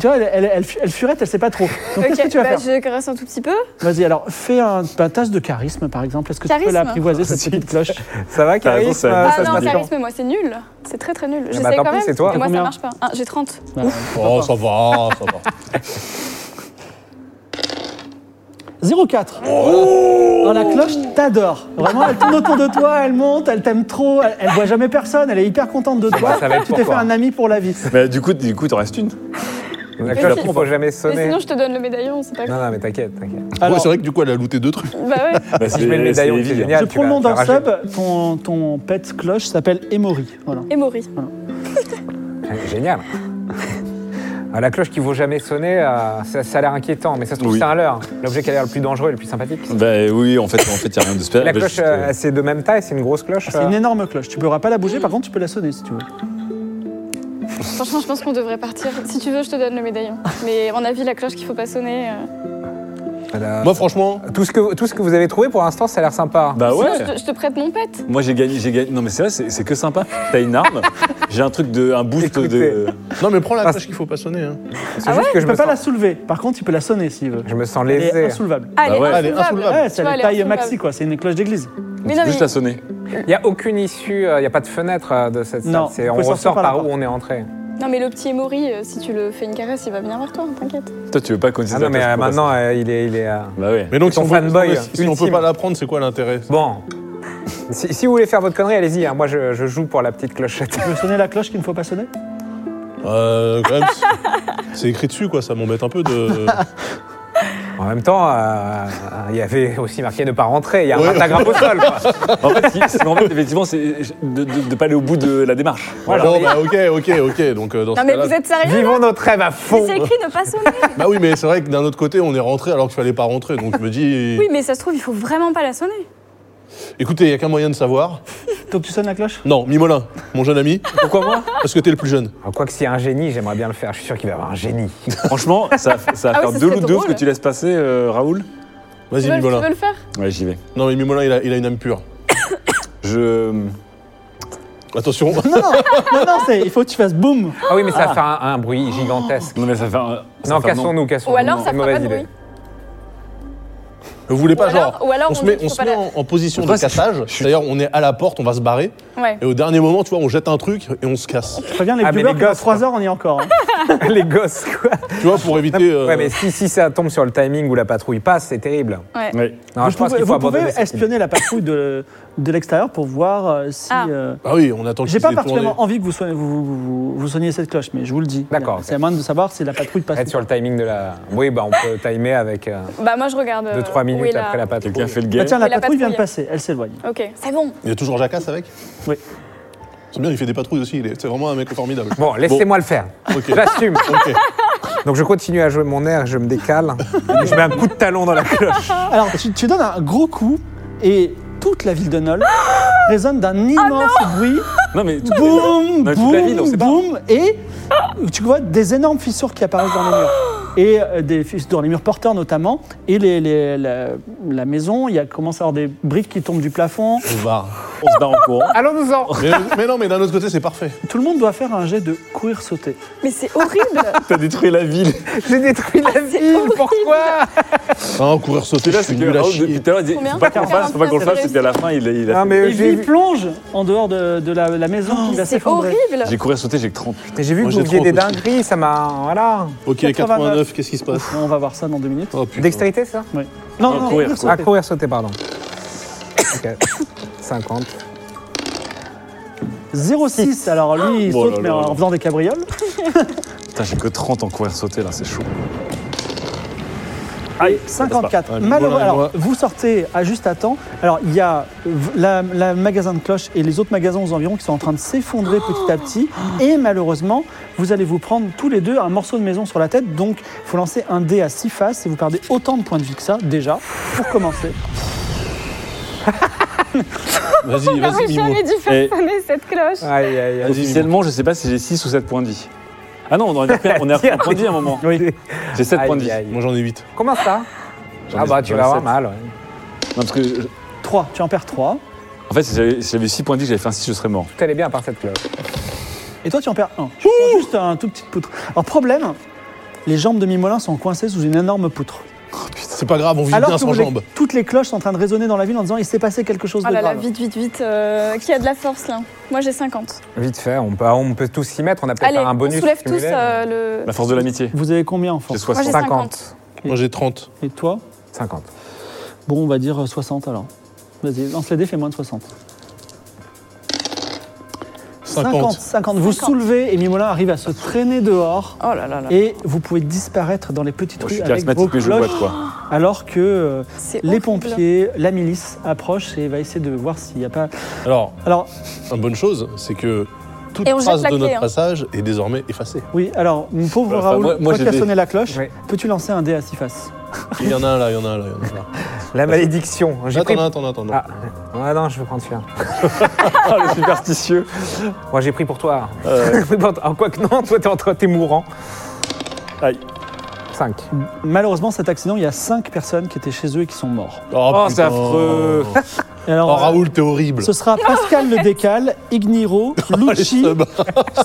Tu vois, elle, elle, elle, fu- elle furette, elle sait pas trop. Donc, qu'est-ce que tu vas
bah,
faire
je caresse un tout petit peu.
Vas-y, alors, fais un, un tasse de charisme, par exemple. Est-ce que tu peux
Charisme
l'apprivoiser, cette petite cloche
Ça va,
raison,
Charisme
c'est-
ça
Ah,
se
non,
passe bien.
charisme, moi, c'est nul. C'est très très nul. Je
bah,
sais
tant
quand
pis,
même.
c'est toi.
mais moi, ça
Combien
marche pas. Ah, J'ai 30.
Bah,
Oh, ça va, ça va.
04. Oh, la cloche t'adore. Vraiment, elle tourne autour de toi, elle monte, elle t'aime trop, elle, elle voit jamais personne, elle est hyper contente de toi.
ça va être
tu
pour
t'es fait
toi.
un ami pour la vie.
Mais du coup, du coup, t'en restes une.
La
Mais
cloche
si-
qu'il faut jamais
Mais
sonner.
sinon, je te donne le médaillon, c'est pas
Non, non, mais t'inquiète, t'inquiète.
Alors-
Ouais, c'est vrai que du coup, elle a looté deux trucs.
Bah ouais.
Bah,
Si je mets le médaillon, c'est génial.
Je
tu vas-
prends le nom
tu vas
d'un sub,
rager.
ton, ton pet cloche s'appelle Emory. Voilà.
Et Maury.
*laughs*
Génial. Ah, la cloche qui vaut jamais sonner, euh, ça, ça a l'air inquiétant, mais ça se trouve
Oui.
c'est un leurre. L'objet qui a l'air le plus dangereux et le plus sympathique.
Bah oui, en fait, en fait, y a rien de spécial.
la
Bah,
cloche,
juste,
euh,
euh,
c'est de même taille, c'est une grosse cloche.
Ah, C'est
euh.
une énorme cloche. Tu ne pourras pas la bouger, par contre, tu peux la sonner si tu veux.
Franchement, je pense qu'on devrait partir. Si tu veux, je te donne le médaillon. Mais à mon avis, la cloche qu'il faut pas sonner. euh.
Voilà.
Moi, franchement,
tout, ce que, tout ce que vous avez trouvé pour l'instant, ça a l'air sympa.
Bah
Sinon,
ouais.
je, te, je te prête mon pet.
Moi, j'ai gagné, j'ai gagné. Non, mais c'est vrai, c'est c'est que sympa. T'as une arme. j'ai un truc de, un boost de.
non, mais prends la
Parce-
cloche qu'il faut pas sonner. hein.
c'est juste que je
Tu
me,
peux pas la
sens,
soulever. Par contre, tu peux la sonner s'il veut.
je me sens
Elle est
lésé.
insoulevable.
Allez,
ouais.
Allez, insoulevable.
Ouais, c'est
Tu vois,
la
elle est
taille
insoulevable.
maxi, quoi. C'est une cloche d'église.
Mais non,
Juste
mais-
la sonner.
Il n'y a aucune issue, euh, il n'y a pas de fenêtre euh, de cette
Non,
salle. C'est-
on
On
peut sortir
ressort
par la
par où
porte.
on est entré.
Non, mais le petit Emory, euh, si tu le fais une caresse, il va bien vers toi, hein, t'inquiète.
Toi, tu veux pas connaître
Ah non, mais euh, maintenant, euh, il est. Il est euh,
Bah ouais.
Mais donc, si
Ton
on, veut-
fanboy
si on peut
ultime.
pas la prendre, c'est quoi l'intérêt
Bon. Si, si vous voulez faire votre connerie, allez-y. hein. Moi, je, je joue pour la petite clochette.
Tu veux sonner la cloche qu'il ne faut pas sonner
Euh, quand même, c'est- c'est écrit dessus, quoi. Ça m'embête un
*laughs*
peu de.
En même temps, euh, il y avait aussi marqué ne pas rentrer. Il y a un
Ouais.
pentagramme au sol. quoi.
En fait, il- c'est- en fait, effectivement, c'est de, de, de pas aller au bout de la démarche.
Voilà.
bon, bah, ok, ok, ok. Donc, euh, dans
Non,
ce
mais
cas-là-
vous êtes
*laughs*
sérieux
Vivons notre rêve à
Mais
fond.
C'est écrit ne pas sonner.
Bah oui, mais c'est vrai que d'un autre côté, on est rentré alors qu'il fallait pas rentrer. Donc, je me dis.
Oui, mais ça se trouve, il faut vraiment pas la sonner.
Écoutez, il y a qu'un moyen de savoir.
Donc tu sonnes la cloche
Non, Mimolin, mon jeune ami,
Pourquoi moi
parce que t'es le plus jeune.
Ah, Quoi que s'il y a un génie, j'aimerais bien le faire. Je suis sûr qu'il va y avoir un génie.
Franchement, ça, ça va faire
Ah oui, ça
deux
serait
loups de ouf que
drôle.
tu laisses passer, euh, Raoul.
Vas-y,
Tu veux, tu veux
Mimolin.
le faire
Ouais, j'y vais.
Non, mais Mimolin, il a, il a une âme pure.
Je.
Attention.
Non, non, non, non, c'est- il faut que tu fasses boum.
Ah oui, mais ça va faire un, un bruit gigantesque.
Non, mais ça fait un. ça
non,
fait un nom.
cassons-nous, cassons-nous.
Ou alors,
Non,
ça
c'est
fera
mauvaise
pas de
idée.
bruit.
Vous voulez pas,
Ou
genre.
alors- ou alors,
on
on
se
dit
met,
qu'il
on
faut
se
pas
met
la-
en, en position de
Pourquoi c'est-
cassage. D'ailleurs, on est à la porte, on va se barrer.
Ouais.
Et au dernier moment, tu vois, on jette un truc et on se casse.
Je préviens les
Ah, mais
viewers
les
que dans
gosses,
3 heures, on y est encore. hein.
*laughs* Les gosses, quoi.
Tu vois, pour éviter. euh,
Ouais, mais si, si ça tombe sur le timing où la patrouille passe, c'est terrible.
Ouais.
Ouais.
Non, Ah, je
vous
pense
pouvez,
qu'il faut
vous pouvez
abandonner. cette idée.
espionner la patrouille de, de l'extérieur pour voir euh, si.
Ah.
euh,
Ah oui, on attend qu'il
J'ai pas
s'est tourné.
particulièrement envie que vous soignez, vous, vous- vous- vous soigniez cette cloche, mais je vous le dis.
D'accord,
C'est à moins de savoir si la patrouille passe.
Être sur le timing de la. Oui, bah on peut timer avec
Bah, moi, je regarde.
2-3
euh, où est
minutes
la-
après la patrouille.
Quelqu'un fait le
Ah,
game.
tiens, la
Et la
patrouille vient de
patrouille.
passer, elle s'éloigne.
Ok, c'est bon.
Il y a toujours Jacasse avec
Oui.
C'est bien, il fait des patrouilles aussi. il est- C'est vraiment un mec formidable.
Bon, laissez-moi le faire.
Ok. *laughs*
J'assume.
Ok.
Donc je continue à jouer mon air, je me décale. je mets un coup de talon dans la cloche.
Ah, Alors, tu, tu donnes un gros coup et toute la ville de Nol résonne d'un immense
*laughs*
bruit.
Non, mais.
Boum,
Non, toute la ville, on
boum,
sait pas.
boum. Et tu vois des énormes fissures qui apparaissent dans les murs. Et euh, des fissures dans les murs porteurs notamment. Et les, les- la, la maison, il y a commence à avoir des briques qui tombent du plafond.
On va.
On se barre en
*laughs*
courant.
Allons-nous-en.
Mais, mais non, mais d'un autre côté, c'est parfait.
Tout le monde doit faire un jet de courir-sauter.
Mais c'est horrible.
T'as détruit la *laughs* ville.
J'ai détruit la ville. Pourquoi
Hein, courir sauter, je suis
C'est que
nul à
Raoul,
chier.
depuis tout à l'heure, il dit
Combien
faut pas qu'on le fasse, faut pas qu'on le fasse, c'était à la fin, il a. il a
Non
fait-
mais
Et
Euh, j'ai
lui
vu,
plonge en dehors de, de la, la maison qui va
Oh, C'est
s'effondrer.
horrible.
J'ai couru à sauter, j'ai que 30.
mais j'ai vu
Moi,
que
j'ai
vous faisiez
trop
des
aussi.
dingueries, ça m'a voilà.
Ok,
89,
89, qu'est-ce qui se passe
On va voir ça dans deux minutes.
Oh, putain.
Dextérité ça
Non,
Non,
non, non,
courir,
courir-sauter.
Ah courir sauter pardon. Ok. 50.
06, alors lui, il
Oh
saute,
là
mais
là
en
là.
faisant des cabrioles.
Putain, j'ai que 30 en courir sauter là, c'est chaud.
54.
Ouais,
Malheureux.
voilà,
Alors,
moi.
vous sortez à juste à temps. Alors, il y a euh, la, la magasin de cloches et les autres magasins aux environs qui sont en train de s'effondrer
Oh.
petit à petit. Et malheureusement, vous allez vous prendre tous les deux un morceau de maison sur la tête. Donc, il faut lancer un dé à 6 faces et vous perdez autant de points de vie que ça, déjà, pour commencer.
Vas-y, vas-y,
J'aurais
Mimou.
jamais dû
Et-
faire sonner cette cloche.
Aïe aïe aïe.
Officiellement, je sais pas si j'ai 6 ou 7 points de vie. Ah non, on aurait dû faire- on est à 7 points de vie à un moment.
Oui.
J'ai 7 points de
Aïe,
vie.
aïe.
Moi, j'en ai 8.
Comment ça
J'en ai-
Ah bah tu
j'en ai
vas avoir
sept.
mal. ouais.
Non, parce que je-
3, tu en perds 3.
en fait, si j'avais- si j'avais 6 points de vie, j'avais fait un 6, je serais mort.
Tout allait bien à part cette cloche.
Et toi, tu en perds 1. Tu prends juste un tout petit poutre. Alors, problème, les jambes de Mimolin sont coincées sous une énorme poutre.
C'est pas grave, on vit
Alors
bien
que
sans
vous avez-
jambes.
toutes les cloches sont en train de résonner dans la ville en disant il s'est passé quelque chose
Ah
de
là là,
grave.
vite, vite, vite. euh, qui a de la force là Moi j'ai 50.
Vite fait, on peut, on peut tous s'y mettre, on a peut-être
Allez,
un bonus.
on soulève tous
cumulé.
euh, le.
La force de l'amitié.
Vous avez combien en
J'ai
force
60.
j'ai
50.
Moi j'ai 30.
Et toi
50.
Bon, on va dire euh, 60 alors. Vas-y, lance les dés, fais moins de 60. 50.
50.
50. Vous
50.
soulevez et Mimola arrive à se traîner dehors.
Oh là là là.
Et vous pouvez disparaître dans les petites
Moi, Oh, je
rues
suis
avec vos
charismatique, mais je le
cloches,
boite quoi.
alors que euh,
C'est
les
horrible.
pompiers, la milice approche et va essayer de voir s'il n'y a pas.
Alors,
Alors
une bonne chose, c'est que toute
Et on jette
trace
la
de
clé,
notre
hein.
passage est désormais effacée.
oui, alors mon pauvre
Enfin,
Raoul,
moi- moi,
toi
j'ai
qui as
des-
sonné la cloche,
Ouais.
peux-tu lancer un dé à six faces
Il y en a un là, il y en a un là, il y en a un là.
La malédiction. J'ai
Attends,
pris...
attends, attends, attends.
Ah. Ouais, non, je veux prendre celui-là.
Ah, le superstitieux.
Moi, j'ai pris pour toi.
Euh,
*laughs* Oui, bon, ah, Quoique non, toi, t'es en train, t'es mourant.
Aïe.
5.
Malheureusement, cet accident, il y a cinq personnes qui étaient chez eux et qui sont morts.
Oh, c'est
putain.
affreux.
Et alors,
Oh Raoul, t'es horrible.
ce sera Pascal le Décal,
*laughs*
Igniro,
Les
Lucci,
subs.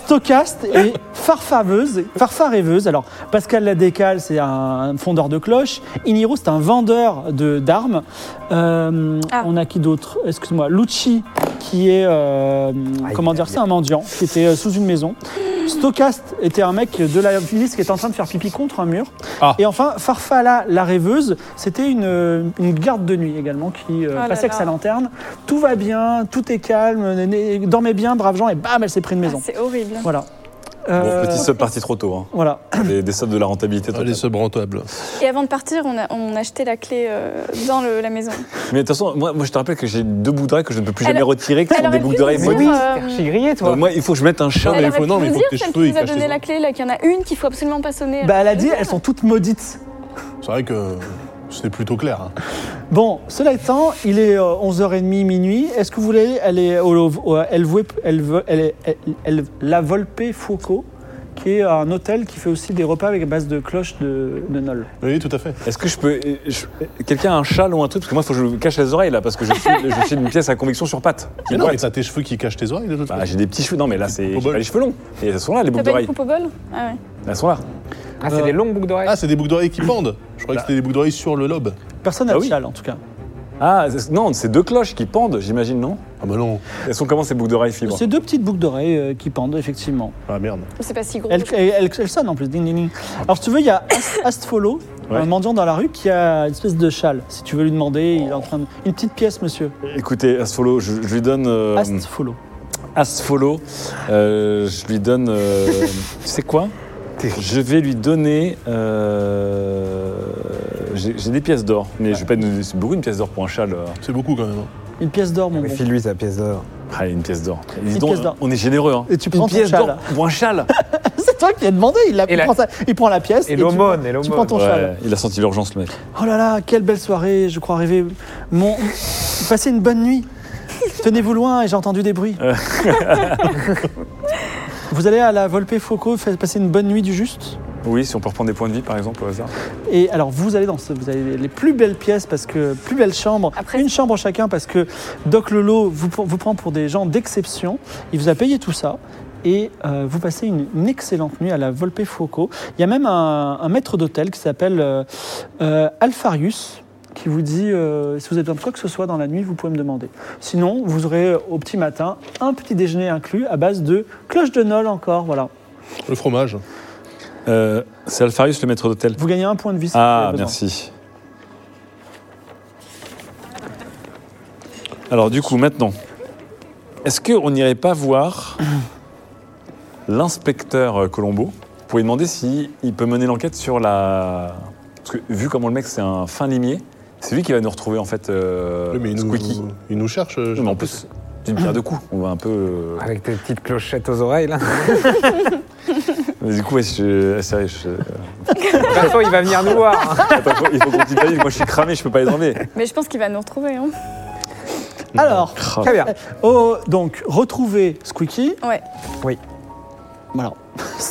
Stocaste et Farfaveuse. Farfareveuse. Alors, Pascal le Décal, c'est un fondeur de cloches. Igniro, c'est un vendeur de- d'armes. Euh,
Ah.
On a qui d'autre Excuse-moi. Lucci, qui est. euh, comment dire C'est un mendiant qui était euh, sous une maison. Stocaste était un mec de la milice qui était en train de faire pipi contre un mur.
Ah.
Et enfin, Farfalla, la rêveuse, c'était une, euh, une garde de nuit également qui euh,
Oh là
passait avec
là.
sa lanterne. Tout va bien, tout est calme, né- né- dormez bien, braves gens, et bam, elle s'est pris une
Ah,
maison.
c'est horrible.
Voilà.
Bon,
Euh,
petit sub parti trop tôt. hein.
Voilà.
Des, des subs de la rentabilité.
Ah,
totale.
les subs rentables.
Et avant de partir, on a, on a acheté la clé euh, dans le- la maison.
Mais de toute façon, moi, moi, je te rappelle que j'ai deux bouts d'oreilles que je ne peux plus
Elle-
jamais retirer, qui
elle
sont des
aurait
boucles
pu
d'oreilles
nous
Mais
Bon,
oui,
maudites.
euh,
c'est archi grillé, toi.
Donc, Moi, il faut que je mette un chien.
mais
elle
il faut-
aurait
non,
pu
mais il
nous
faut
dire,
que tes
celle
cheveux,
qui
ils
nous a
cachent
donné
les
la clé, là, qu'il y en a une qu'il faut absolument pas sonner.
Bah, elle a dit, elles sont toutes maudites.
C'est vrai que c'était plutôt clair. hein.
Bon, cela étant, il est euh, 11h30, minuit. Est-ce que vous voulez aller au, au- au- elle vouait- elle veut- elle- elle- elle- La Volpe Foucault, qui est un hôtel qui fait aussi des repas avec base de cloches de, de Nol
Oui, tout à fait.
Est-ce que je peux. euh, je- Quelqu'un a un châle ou un truc Parce que moi, il faut que je me cache les oreilles là, parce que je
*laughs*
suis, je suis une pièce à conviction sur pattes.
Mais non, mais t'as tes cheveux qui cachent tes oreilles de toute
Bah,
façon.
j'ai des petits cheveux. Non, mais là, c'est.
Au
j'ai
bol.
pas les cheveux longs. Et elles sont là, les
T'as
boucles
pas une
d'oreilles.
coupe au bol Ah ouais.
Elles sont là.
Ah, c'est des longues boucles d'oreilles.
Ah, c'est des boucles d'oreilles qui pendent. Je
Bah.
croyais que c'était des boucles d'oreilles sur le lobe.
Personne n'a
Ah
de
oui.
châle, en tout cas.
Ah, c'est- non, c'est deux cloches qui pendent, j'imagine, non
Ah bah non.
Elles sont comment ces boucles d'oreilles fibres
C'est deux petites boucles d'oreilles euh, qui pendent, effectivement.
Ah merde.
C'est pas si gros.
Elle, elle, elle- elle sonne en plus, ding ding ding. Alors si tu veux, il y a Ast- Astfolo,
Ouais.
un mendiant dans la rue qui a une espèce de châle. Si tu veux lui demander, il est en train de... Une petite pièce, monsieur.
Écoutez, Asfolo, je, je lui donne. euh,
Astfolo.
Asfolo, euh, je lui donne. euh, tu sais quoi Je vais lui donner. euh, J'ai j'ai des pièces d'or, mais je vais pas donner. C'est beaucoup une pièce d'or pour un châle. euh.
C'est beaucoup quand même. hein.
Une pièce d'or, mon bon.
File-lui sa pièce d'or.
Ah, une pièce d'or. Dis
Une
donc,
pièce d'or.
on est généreux. Hein.
Et tu
Une
prends ton
pièce
châle.
d'or pour un *laughs* châle.
*laughs* C'est toi qui as demandé, il, a-
Et
il
la-
prend, ça- il prend la pièce.
Et
tu-
l'aumône, et
Tu
l'aumône.
prends ton
Ouais,
châle.
il a senti l'urgence, le mec.
Oh là là, quelle belle soirée, je crois rêver. Mon... Passez une bonne nuit. Tenez-vous loin, et j'ai entendu des bruits. *laughs* Vous allez à la Volpe Foucault, faites- passer une bonne nuit du juste
Oui, si on peut reprendre des points de vie, par exemple, au hasard.
Et alors vous allez dans ce, vous avez les plus belles pièces parce que plus belles chambres,
Après-
une chambre chacun parce que Doc Lolo vous, pr- vous prend pour des gens d'exception. Il vous a payé tout ça et euh, vous passez une, une excellente nuit à la Volpe Foucault. Il y a même un, un maître d'hôtel qui s'appelle euh, euh, Alfarius qui vous dit euh, si vous avez besoin de quoi que ce soit dans la nuit, vous pouvez me demander. Sinon, vous aurez euh, au petit matin un petit déjeuner inclus à base de cloche de Nol encore. Voilà,
Le fromage.
Euh, c'est Alpharius, le maître d'hôtel.
vous gagnez un point de vie. si vous
Ah,
avez besoin.
merci. Alors, du coup, maintenant, est-ce qu'on n'irait pas voir l'inspecteur euh, Colombo pour lui demander s'il peut mener l'enquête sur la. Parce que, vu comment le mec, c'est un fin limier, c'est lui qui va nous retrouver, en fait, euh,
Oui, mais il nous,
Squeaky.
il nous cherche. euh,
Non, mais en plus, d'une pierre de coups, on va un peu. euh,
Avec tes petites clochettes aux oreilles, là. *laughs*
Mais du coup, ouais, je- ah, sérieux, je-
De toute façon, il va venir nous
*laughs*
voir. hein.
Attends, faut- il faut qu'on t'y valide, moi je suis cramé, je peux pas les enlever.
Mais je pense qu'il va nous retrouver. Hein.
Alors,
Très bien.
Oh, donc, retrouver Squeaky.
Ouais.
Oui.
Voilà.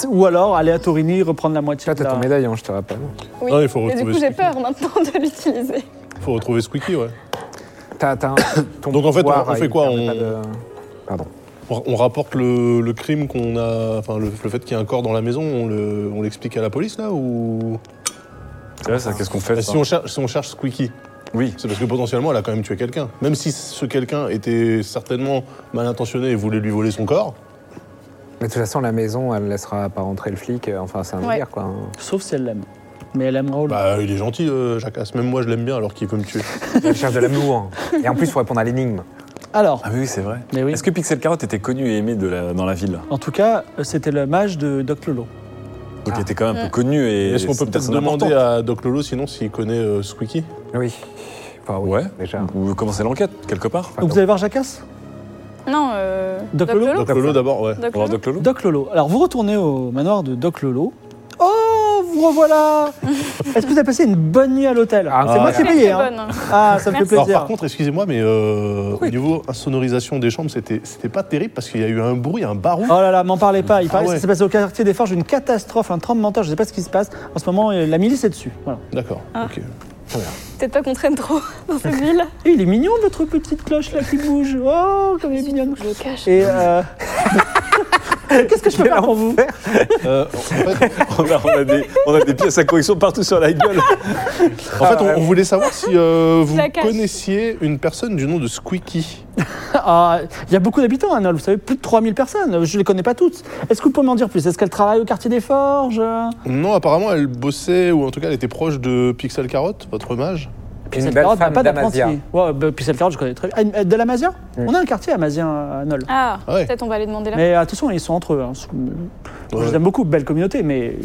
Ou alors aller à Torini, reprendre la moitié
Toi,
de
t'as
la...
ton médaillon, je te rappelle.
Oui.
Non, Ah, il faut
Et du
retrouver
coup, j'ai
Squeaky.
peur maintenant de l'utiliser.
Il faut retrouver Squeaky, ouais. *coughs*
T'as, t'as un- ton
Donc, en fait,
pouvoir, euh,
on- on
il
fait quoi,
permet
on-
pas de- Pardon.
on on rapporte le, le crime qu'on a, enfin le, le fait qu'il y a un corps dans la maison, on le- on l'explique à la police là ou
C'est vrai, ça, qu'est-ce qu'on fait
Bah,
ça
si, on cherche, si on cherche Squeaky,
Oui.
c'est parce que potentiellement elle a quand même tué quelqu'un. Même si ce quelqu'un était certainement mal intentionné et voulait lui voler son corps,
Mais de toute façon, la maison, elle laissera pas rentrer le flic. euh, Enfin, c'est un
Ouais.
délire, quoi.
Sauf si elle l'aime. Mais elle aime Raoul.
bah il est gentil, euh, Jacasse. Même moi je l'aime bien alors qu'il peut me tuer.
Elle cherche de l'amour. Et en plus, il faut répondre à l'énigme.
Alors,
Ah, mais oui, c'est vrai.
mais oui.
Est-ce que Pixel Carotte était connu et aimé de la- dans la ville
en tout cas, euh, c'était le mage de Doc Lolo.
Donc
Ah.
il était quand même un peu connu et.
Est-ce qu'on
c'est
peut
une
peut-être
personne
demander
importante.
à Doc Lolo sinon s'il connaît euh, Squeaky
Oui. Enfin, oui,
Ouais.
Déjà.
Ou commencer l'enquête, quelque part
Donc
non.
vous allez voir Jacasse
Non, euh,
Doc
Doc
Lolo
Lolo
Doc Lolo d'abord, ouais.
Doc
On va voir
Lolo
Doc Lolo
Doc Lolo. Alors vous retournez au manoir de Doc Lolo. Oh, vous revoilà Est-ce que vous avez passé une bonne nuit à l'hôtel
Ah,
C'est moi
voilà.
qui ai
Très,
payé.
très
hein.
bonne.
Ah, ça me fait
Merci.
Alors
plaisir.
par contre, excusez-moi, mais euh, au niveau insonorisation des chambres, c'était c'était pas terrible parce qu'il y a eu un bruit, un barou.
Oh là là, m'en parlez pas. Il paraît que
ouais.
ça s'est passé au quartier des Forges, une catastrophe, un tremblement de terre. Je ne sais pas ce qui se passe. En ce moment, euh, la milice est dessus. Voilà.
D'accord. ok.
Peut-être pas qu'on traîne trop *laughs* dans cette ville.
Et Eh, il est mignon votre petite cloche là qui bouge. Oh, comme il est mignon.
Je le cache.
Et euh, *laughs* qu'est-ce que je peux faire pour vous
Euh, en fait,
*laughs* on, a, on a des, on a des pièces à correction partout sur la gueule.
en fait, on, on voulait savoir si euh, vous
La cache.
connaissiez une personne du nom de Squeaky.
Ah, Il y a beaucoup d'habitants à Nol. Vous savez, plus de 3000 personnes. Je ne les connais pas toutes. Est-ce que vous pouvez m'en dire plus Est-ce qu'elle travaille au quartier des Forges
Non, apparemment, elle bossait, ou en tout cas, elle était proche de Pixel Carotte, votre mage.
Puis une
Cette
belle
carotte n'a
femme
pas
d'Amazia.
d'apprenti. Ouais, bah, puis cette carotte, je connais très bien. Ah, une- De la Mazia
Mm.
On a un quartier Amazien à Nol.
Ah,
Ah ouais.
peut-être on va aller demander là.
Mais attention, ils sont entre eux. hein. Je les
Ouais.
aime beaucoup, belle communauté,
*laughs*
mais.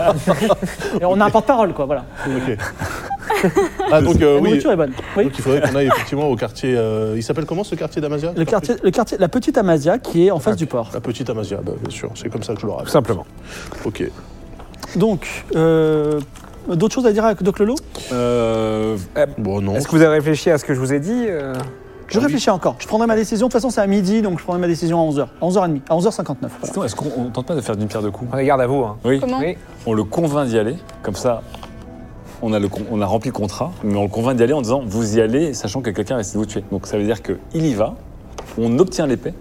*laughs* Et on a un porte-parole, quoi, voilà.
Ok. ah, donc, euh,
La
oui.
nourriture est bonne. Oui.
Donc, il faudrait qu'on aille effectivement au quartier. euh, il s'appelle comment ce quartier d'Amazia
Le quartier, le quartier, la petite Amazia qui est en face du port.
La petite Amazia, bah, bien sûr, c'est comme ça que je le rappelle.
Tout simplement.
Ok.
Donc, euh, d'autres choses à dire avec Doc Lolo
Euh,
Bon, non.
Est-ce que vous avez réfléchi à ce que je vous ai dit euh
Je réfléchis encore. Je prendrai ma décision. De toute façon, c'est à midi, donc je prendrai ma décision à 11h. 11h30, à 11h59. voilà.
sinon, est-ce qu'on on tente pas de faire d'une pierre deux coups
Prenez garde à vous. Hein.
Oui.
Comment
Oui.
On le convainc d'y aller, comme ça. On a, le con- on a rempli le contrat, mais on le convainc d'y aller en disant vous y allez, sachant que quelqu'un va essayer de vous tuer. Donc ça veut dire qu'il y va, on obtient l'épée,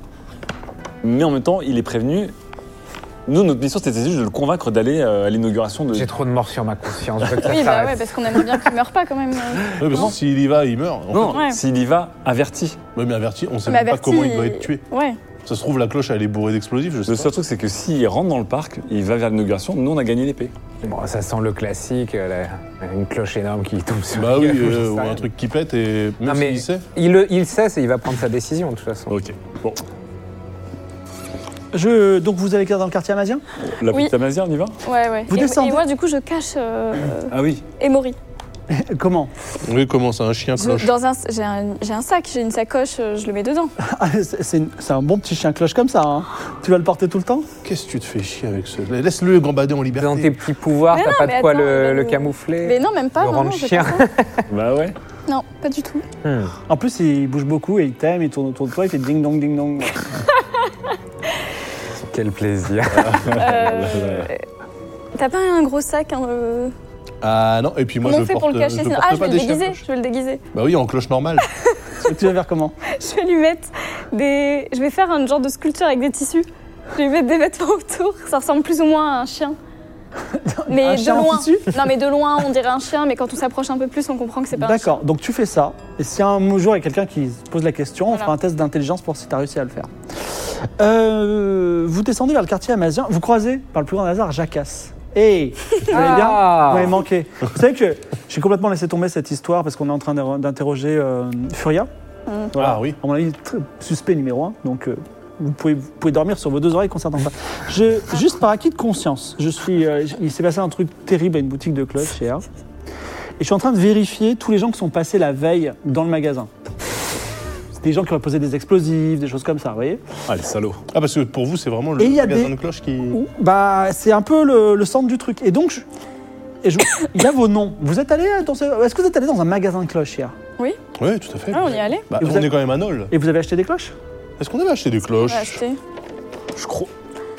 mais en même temps il est prévenu. Nous, notre mission c'était juste de le convaincre d'aller euh, à l'inauguration de.
J'ai trop de morts sur ma conscience. Je veux que ça
Oui, bah
s'arrête.
ouais, parce qu'on aimerait bien qu'il meurt pas quand même. euh.
Oui, parce que s'il y va, il meurt. En
Non,
Ouais.
s'il y va, averti.
fait, ouais, mais averti, on sait
Mais
même pas
averti,
comment il doit être tué.
Ouais.
Ça se trouve, la cloche, elle est bourrée d'explosifs, je
Le
sais pas.
seul truc, c'est que s'il rentre dans le parc, il va vers l'inauguration, nous on a gagné l'épée.
Bon, ça sent le classique, euh, la- une cloche énorme qui tombe sur
Bah
la
oui,
gueule,
euh,
j'en sais
ou
rien.
un truc qui pète, et
Non,
même
mais-
s'il sait.
Il, le, il sait, c'est- il va prendre sa décision de toute façon.
Ok. Bon,
Je, donc, vous allez dans le quartier Amazien
la
Oui.
petite Amazia, on y va
Ouais, ouais.
Vous
et,
descendez-
et moi, du coup, je cache
*clears throat*
euh,
Ah oui.
Emory.
*laughs* Comment
Oui, comment ça, un chien
Je-
cloche
Dans un, j'ai un, j'ai un sac, j'ai une sacoche, euh, je le mets dedans.
Ah, c'est- C'est une- c'est un bon petit chien cloche comme ça. hein. Tu vas le porter tout le temps
Qu'est-ce que tu te fais chier avec ce. Laisse-le gambader en
Dans tes
liberté.
petits pouvoirs,
Mais
t'as
non,
pas de
mais
quoi
attends, il
le,
va
le
nous-
camoufler.
Mais non, même pas.
Le
non, non,
rendre
j'ai
chien.
pas ça.
Bah ouais.
Non, pas du
*laughs*
tout.
Hmm.
En plus, il bouge beaucoup et il t'aime, il tourne autour de toi, il fait ding dong ding *laughs* dong.
Quel plaisir.
Ah, bah,
Euh, T'as pas un gros sac hein, euh,
Ah non, et puis moi,
Comment
je
on fait
porte,
pour le cacher
je
sinon-
porte
Ah, je
pas
vais
des
le
chiens
déguiser.
cloches.
Je vais le déguiser.
Bah oui, en cloche normale.
tu vas faire comment
*laughs* Je vais lui mettre des. Je vais faire un genre de sculpture avec des tissus. Je vais lui mettre des vêtements autour. Ça ressemble plus ou moins à
*laughs*
un chien. Mais
Un
de
chien en
loin.
tissu
non, mais de loin, on dirait un chien, mais quand on s'approche un peu plus, on comprend que c'est pas un chien.
D'accord, donc tu fais ça. Et si un jour il y a quelqu'un qui se pose la question, on
Voilà.
fera un test d'intelligence pour si tu as réussi à le faire. Euh, vous descendez vers le quartier amazien, vous croisez, par le plus grand hasard, Jacasse. Hé Vous allez bien
Ah.
Vous m'avez manqué. Vous savez que j'ai complètement laissé tomber cette histoire parce qu'on est en train d'in- d'interroger euh, Furia.
Ah oui.
À mon avis, très- suspect numéro un. Donc euh, vous, pouvez, vous pouvez dormir sur vos deux oreilles concernant ça. Je, juste par acquis de conscience, je suis, euh, j- il s'est passé un truc terrible à une boutique de cloches chez R. Et je suis en train de vérifier tous les gens qui sont passés la veille dans le magasin. C'est des gens qui auraient posé des explosifs, des choses comme ça, vous voyez
Ah, les salauds.
Ah, parce que pour vous, c'est vraiment
Et
le
il y a
magasin
des-
de cloches qui.
Ou- Bah, c'est un peu le, le centre du truc. Et donc, je- et je- il y a vos noms. Vous êtes allé euh, dans ce- Est-ce que vous êtes allé dans un magasin de cloches hier
Oui, tout à fait.
Ah, on y est allé
Bah,
Et vous
on
avez-
est quand même à Nol.
Et vous avez acheté des cloches
Ah,
Est-ce qu'on avait acheté des
On
cloches
va acheter.
Je crois.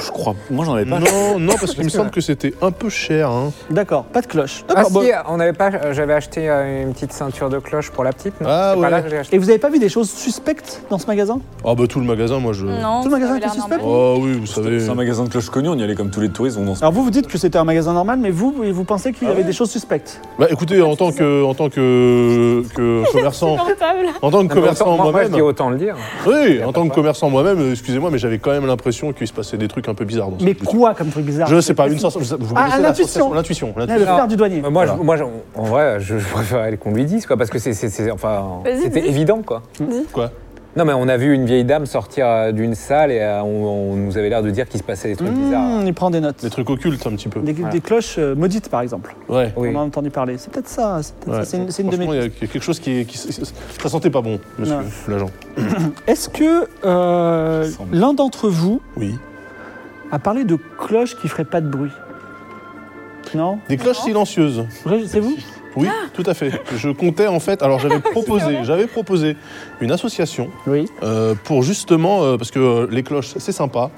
Je crois. Moi, j'en avais pas.
Non, non, parce qu'il me semble que c'était un peu cher. hein.
D'accord, pas de cloche.
Ah
D'accord. bon.
si,
bah-
on avait pas, euh, j'avais acheté euh, une petite ceinture de cloche pour la petite. non
Ah
C'est pas
ouais.
là que j'ai acheté.
Et vous avez pas vu des choses suspectes dans ce magasin
Ah bah tout le magasin, moi je.
Non,
Tout le
ça
magasin
avait
était
l'air
suspect
normal.
Oh oui, vous savez.
C'est un magasin de cloches connu, on y allait comme tous les touristes. On danse.
Alors vous vous dites que c'était un magasin normal, mais vous vous pensez qu'il y avait des choses suspectes.
Bah écoutez, en tant que, en tant que, que commerçant,
Portable.
Oh.
en tant
Non,
que
mais autant-
commerçant
moi, moi, je dis
moi-même,
autant le dire.
oui, en tant que commerçant moi-même, euh, excusez-moi, mais j'avais quand même l'impression qu'il se passait des trucs un peu bizarres. Dans ce
Mais
truc.
quoi comme truc bizarre
Je sais pas, une sensation. Vous, vous
Ah,
connaissez la
l'intuition.
sensation, L'intuition.
Ah, Le
l'intuition.
frère du douanier.
Mais Moi,
Voilà.
je- moi, je- en vrai, je, je préférais qu'on lui dise, quoi, parce que c'est, c'est- c'est- enfin,
Vas-y,
c'était
dis.
évident, quoi.
Quoi
Non, mais on a vu une vieille dame sortir euh, d'une salle et euh, on, on nous avait l'air de dire qu'il se passait des trucs bizarres.
Mmh, il prend des notes.
Des trucs occultes un petit peu.
Des, des cloches euh, maudites, par exemple.
Ouais.
Oui.
On en a entendu parler. C'est peut-être ça. C'est peut-être
Ouais.
ça. C'est une, c'est une de mes.
Franchement, il y a quelque chose qui, est- qui s- ça sentait pas bon, monsieur
Non.
l'agent.
Est-ce que euh,
Semble.
l'un d'entre vous
Oui.
a parlé de cloches qui feraient pas de bruit Non
Des cloches silencieuses.
Vrai, C'est vous
Oui, tout à fait. Je comptais en fait. Alors j'avais proposé, j'avais proposé une association
Oui.
euh, pour justement euh, parce que euh, les cloches c'est sympa,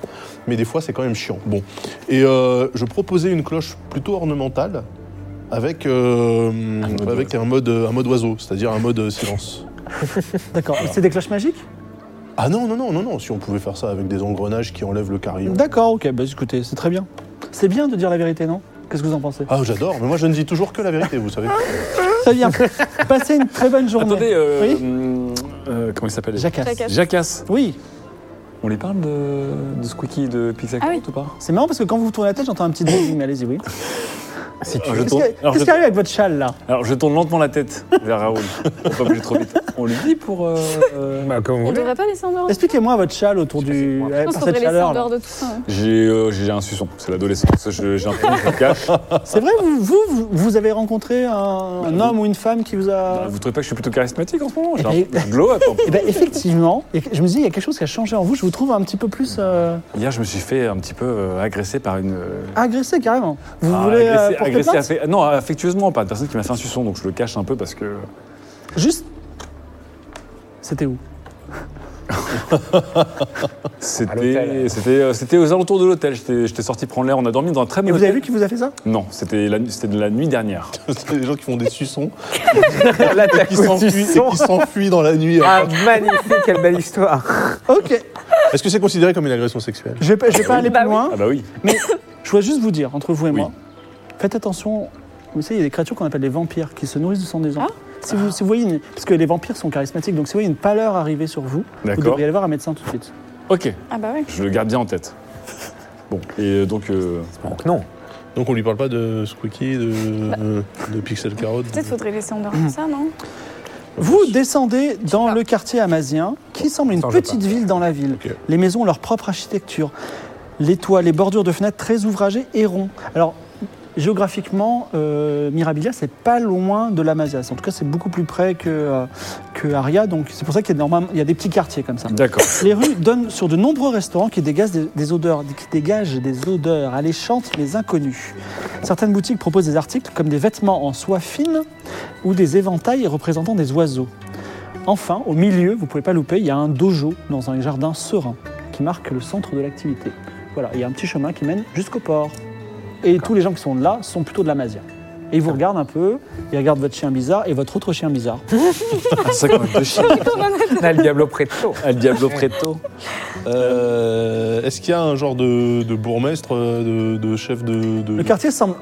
mais des fois c'est quand même chiant. Bon, et euh, je proposais une cloche plutôt ornementale avec euh,
mode
avec un mode euh, un mode oiseau, c'est-à-dire un mode euh, silence.
D'accord. C'est des cloches magiques
Ah non non non non non. Si on pouvait faire ça avec des engrenages qui enlèvent le carillon.
D'accord, ok. Bah écoutez, c'est très bien. C'est bien de dire la vérité, non Qu'est-ce que vous en pensez
Ah j'adore, mais moi je ne dis toujours que la vérité, vous savez.
Très bien. Passez une très bonne journée.
Attendez, euh,
Oui
hum, euh, comment il s'appelle
Jacasse.
Jacasse.
Jacasse.
Oui,
On lui parle de, de Squeaky et de Pizza
Ah oui.
Cat ou pas
c'est marrant parce que quand vous vous tournez la tête, j'entends un petit bruit. Mais allez-y, oui.
Si tu
Qu'est-ce qui
Alors,
qu'est-ce
Ah, je-
qui arrive avec votre châle là
Alors je tourne lentement la tête vers *laughs* Raoul. Faut pas bouger trop vite. On lui dit pour. euh, euh,
Bah, comme vous
On
voulez.
devrait pas laisser en dehors. Je
Expliquez-moi votre châle autour du.
moi.
ouais,
pense
par
qu'on devrait
cette
laisser en
chaleur.
dehors
là.
de tout ça. ouais.
J'ai euh, j'ai un suçon, c'est l'adolescence. Je- J'ai un peu je le cache.
C'est vrai, vous, vous, vous- vous avez rencontré un, un homme ou une femme qui vous a.
Bah, Vous trouvez pas que je suis plutôt charismatique en ce moment J'ai
Eh
un
ben-
peu de glow, attends.
Eh ben, effectivement, et je me dis, il y a quelque chose qui a changé en vous. Je vous trouve un petit peu plus euh,
Hier, je me suis fait un petit peu euh, agresser par une. euh,
agressé carrément. Vous
ah,
voulez. euh,
agresser,
porter
agresser
plainte
affe- Non, affectueusement, par une personne qui m'a fait un suçon, donc je le cache un peu parce que.
Juste. C'était où
À
C'était
l'hôtel.
c'était, euh, c'était aux alentours de l'hôtel. J'étais j'étais sorti prendre l'air, on a dormi dans un très bon
Et vous avez
hôtel.
vu qui vous a fait ça
Non, c'était la, c'était de la nuit *laughs* dernière.
C'est des gens qui font des suçons,
L'attaque
qui
au
s'enfuient et
suçon.
qui s'enfuient dans la nuit.
Ah, magnifique, quelle belle histoire.
Ok,
Est-ce que c'est considéré comme une agression sexuelle
je vais pas, je vais pas aller plus loin.
Ah bah oui.
Je voulais juste vous dire, entre vous et
Oui.
moi, faites attention. Vous savez, il y a des créatures qu'on appelle les vampires qui se nourrissent du sang des gens. Si, vous, si vous voyez une- parce que les vampires sont charismatiques, donc si vous voyez une pâleur arriver sur vous, vous
D'accord.
devriez aller voir un médecin tout de suite.
Ok,
Ah bah ouais.
je le garde bien en tête. Bon, et euh, donc. euh,
Donc non.
Donc on lui parle pas de Squeaky, de, de Pixel Carotte.
Peut-être faudrait laisser en dehors de ça,
*coughs*
non
Vous descendez dans le quartier amazien, qui semble une
Attends, je
petite ville dans la ville.
Ok.
Les maisons ont leur propre architecture. Les toits, les bordures de fenêtres très ouvragées et ronds. Alors, géographiquement, euh, Mirabilia, c'est pas loin de l'Amazia. En tout cas, c'est beaucoup plus près que, euh, que Aria. Donc, c'est pour ça qu'il y, a normalement- il y a des petits quartiers comme ça.
D'accord.
Les rues donnent sur de nombreux restaurants qui dégagent des, des odeurs, qui dégagent des odeurs alléchantes mais inconnues. Certaines boutiques proposent des articles comme des vêtements en soie fine ou des éventails représentant des oiseaux. Enfin, au milieu, vous pouvez pas louper, il y a un dojo dans un jardin serein qui marque le centre de l'activité. Voilà, il y a un petit chemin qui mène jusqu'au port. Et tous les gens qui sont là sont plutôt de la Masia. Et ils vous regardent un peu, ils regardent votre chien bizarre et votre autre chien bizarre.
Ah, ça, quand même, de chier.
On a le Diablo Preto.
*laughs* Al Diablo Preto.
Euh, Est-ce qu'il y a un genre de, de bourgmestre, euh, de, de chef de. de-
Le quartier semble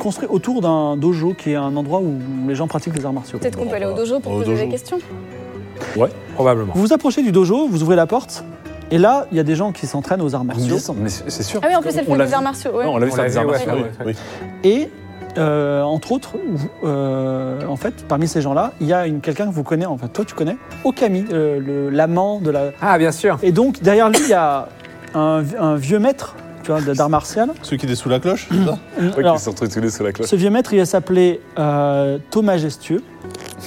construit autour d'un dojo qui est un endroit où les gens pratiquent les arts martiaux.
Peut-être qu'on peut aller au dojo pour
Au
poser
dojo.
des questions.
Probablement.
Vous vous approchez du dojo, vous ouvrez la porte, et là, il y a des gens qui s'entraînent aux arts martiaux.
Mais c'est c'est sûr.
Ah oui, en plus, elle
On
fait
l'a
des
vu.
arts martiaux. ouais.
Non, on l'a vu
On
faire
l'a
des
vu,
arts
ouais,
martiaux.
Oui,
ouais.
oui.
Et, euh, entre autres, vous- euh, en fait, parmi ces gens-là, il y a une- quelqu'un que vous connaissez, enfin, toi, tu connais, Okami, euh, le- l'amant de la.
Ah, bien sûr.
Et donc, derrière lui, il y a un, un vieux maître, tu vois, d'art martial.
Celui qui était sous la cloche, c'est *laughs* ça
Ouais,
Alors,
qui se retrouvent tous les deux sous la cloche.
ce vieux maître, il va s'appeler euh, Thomas Gestueux.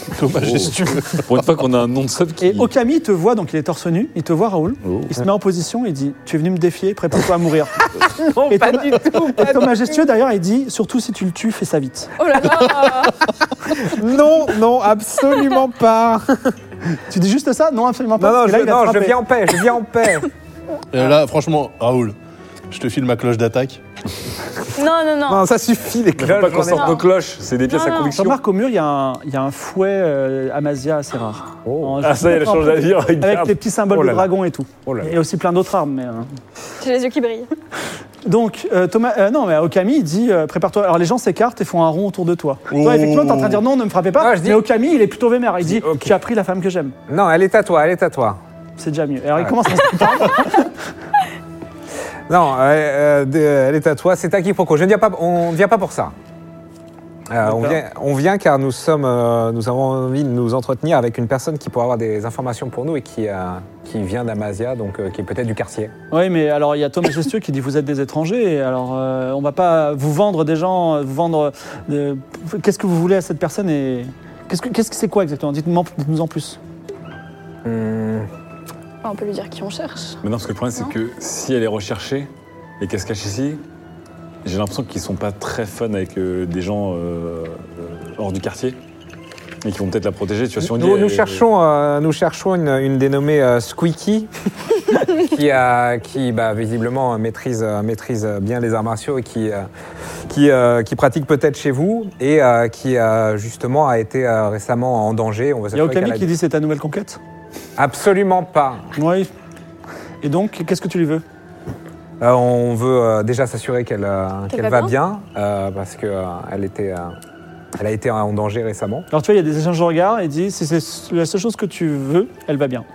Plutôt
bah,
majestueux.
Oh. Pour une fois qu'on a un nom de sub qui.
Et Okami te voit, donc il est torse nu, il te voit, Raoul.
Oh.
Il se met en position et dit Tu es venu me défier, prépare-toi à mourir.
*laughs* Non,
Et
pas
Thomas-
du tout.
Et Thomas Gestueux, d'ailleurs, il dit Surtout si tu le tues, fais ça vite.
Oh là
*laughs*
là
Non, non, absolument pas.
*laughs* Tu dis juste ça Non, absolument pas.
Non, non,
Et là,
je,
il a
non,
*laughs*
je
frappé.
viens en paix, je viens en paix.
Et là, franchement, Euh, Raoul, Je te file ma
*laughs*
cloche d'attaque.
Non, non, non.
Non, ça suffit, les
Il faut
cloches.
pas qu'on
j'en ai
sorte
marre.
nos cloches, c'est des pièces
Non,
à
non.
conviction.
Remarque au mur, il y, a un- il y a un fouet euh, Amasia assez rare.
Oh.
En-
Ah ça, elle change d'avis,
Avec
regarde.
des petits symboles
Oh là
de
là.
dragon et tout.
Oh là là.
Et aussi plein d'autres armes. Mais, euh,
J'ai les yeux qui brillent.
Donc, euh, Thomas, euh, non, mais Okami, il dit euh, prépare-toi. Alors, les gens s'écartent et font un rond autour de toi.
Oh.
Toi, effectivement, t'es en train de dire non, ne me frappez pas.
Ah, je dis-
Mais Okami, il est plutôt vénère. Il dit
ok.
Tu as pris la femme que j'aime.
Non, elle est à toi, elle est à toi.
C'est déjà mieux. Alors, il
Ah.
commence
*laughs*
à se
Non, euh, euh, de- elle est à toi. C'est à quiproquo. Je ne viens pas, on ne vient pas pour ça. Euh, on,
D'accord.
vient, on vient car nous, sommes, euh, nous avons envie de nous entretenir avec une personne qui pourrait avoir des informations pour nous et qui, euh, qui vient d'Amazia, donc euh, qui est peut-être du quartier.
Oui, mais alors il y a Thomas Gestieux qui dit vous êtes des étrangers, et alors euh, on va pas vous vendre des gens, euh, vous vendre. euh, qu'est-ce que vous voulez à cette personne et qu'est-ce que qu'est-ce que c'est quoi exactement Dites-nous en- dites-nous en plus.
Hmm,
Ah, on peut lui dire qui on cherche.
Mais non, parce que le problème, c'est
Non.
que si elle est recherchée et qu'elle se cache ici, j'ai l'impression qu'ils sont pas très fun avec euh, des gens euh, euh, hors du quartier et qui vont peut-être la protéger. Tu vois, si on dit,
Nous, nous
euh,
cherchons, euh, nous cherchons une, une dénommée
*laughs*
euh, Squeaky, qui, a, qui bah, visiblement euh, maîtrise, euh, maîtrise euh, bien les arts martiaux et qui, euh, qui, euh, qui pratique peut-être chez vous et euh, qui euh, justement a été euh, récemment en danger. On va
Il y a
s'assurer
Okami
qu'elle a-
qui dit c'est ta nouvelle conquête.
Absolument pas.
Oui. Et donc qu'est-ce que tu lui veux
Euh, on veut euh, déjà s'assurer qu'elle euh,
Qu'elle
qu'elle
va
va bien, euh, parce que euh, elle était, euh, elle a été en danger récemment.
Alors tu vois il y a des échanges de regards et il dit si c'est la seule chose que tu veux, elle va
*laughs*
bien.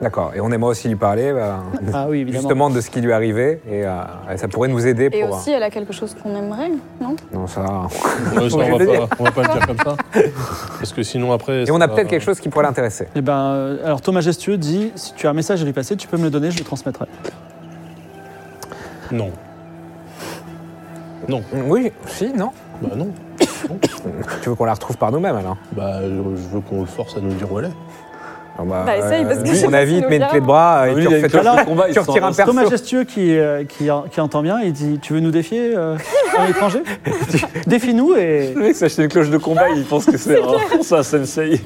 D'accord. Et on aimerait aussi lui parler euh, *laughs*
Ah oui évidemment.
justement de ce qui lui est arrivé et euh, ça pourrait nous aider
Et
pour. euh,
aussi, elle a quelque chose qu'on aimerait, non
Non, ça.
Ouais, ça,
Faut que je
on,
le
va
dise.
pas, on va pas le dire comme ça. Parce que sinon, après.
Et on a peut-être quelque chose qui pourrait l'intéresser.
Eh ben euh, alors Thomas Gestieux dit si tu as un message à lui passer, tu peux me le donner, je le transmettrai.
Non. Non.
Mm,
Oui, si, non.
Bah non. *coughs*
Tu veux qu'on la retrouve par nous-mêmes alors
Bah, je je veux qu'on le force à nous dire où elle est.
Alors, euh,
Bah, essaye, parce que je sais
on
pas
a
si
vite,
nous
met une
verrons.
clé de bras, et
lui,
tu
Ah il a une
refais
cloche
tout
de
le
combat, il
tu
s'en
retires un
rend-
perso.
Thomas Gestieux qui, euh, qui, qui entend bien, il dit Tu veux nous défier euh, en
*laughs*
étranger Défie-nous et.
Le mec s'est acheté une cloche de combat, il pense que
Ah,
c'est *laughs* un, c'est un sensei.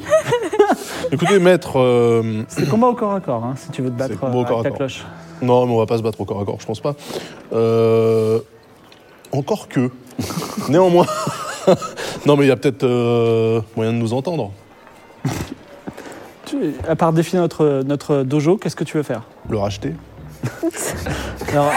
Écoutez, maître. euh,
C'est combat au corps à corps, hein, si tu veux te battre
C'est
euh,
combat au
avec
corps à
ta
corps.
cloche.
Non, mais on va pas se battre au corps à corps, je pense pas. Euh, Encore que.
*laughs*
Néanmoins. non, mais il y a peut-être euh, moyen de nous entendre.
Tu- à part défier notre, notre dojo, qu'est-ce que tu veux faire
Le racheter. Ah,
Alors,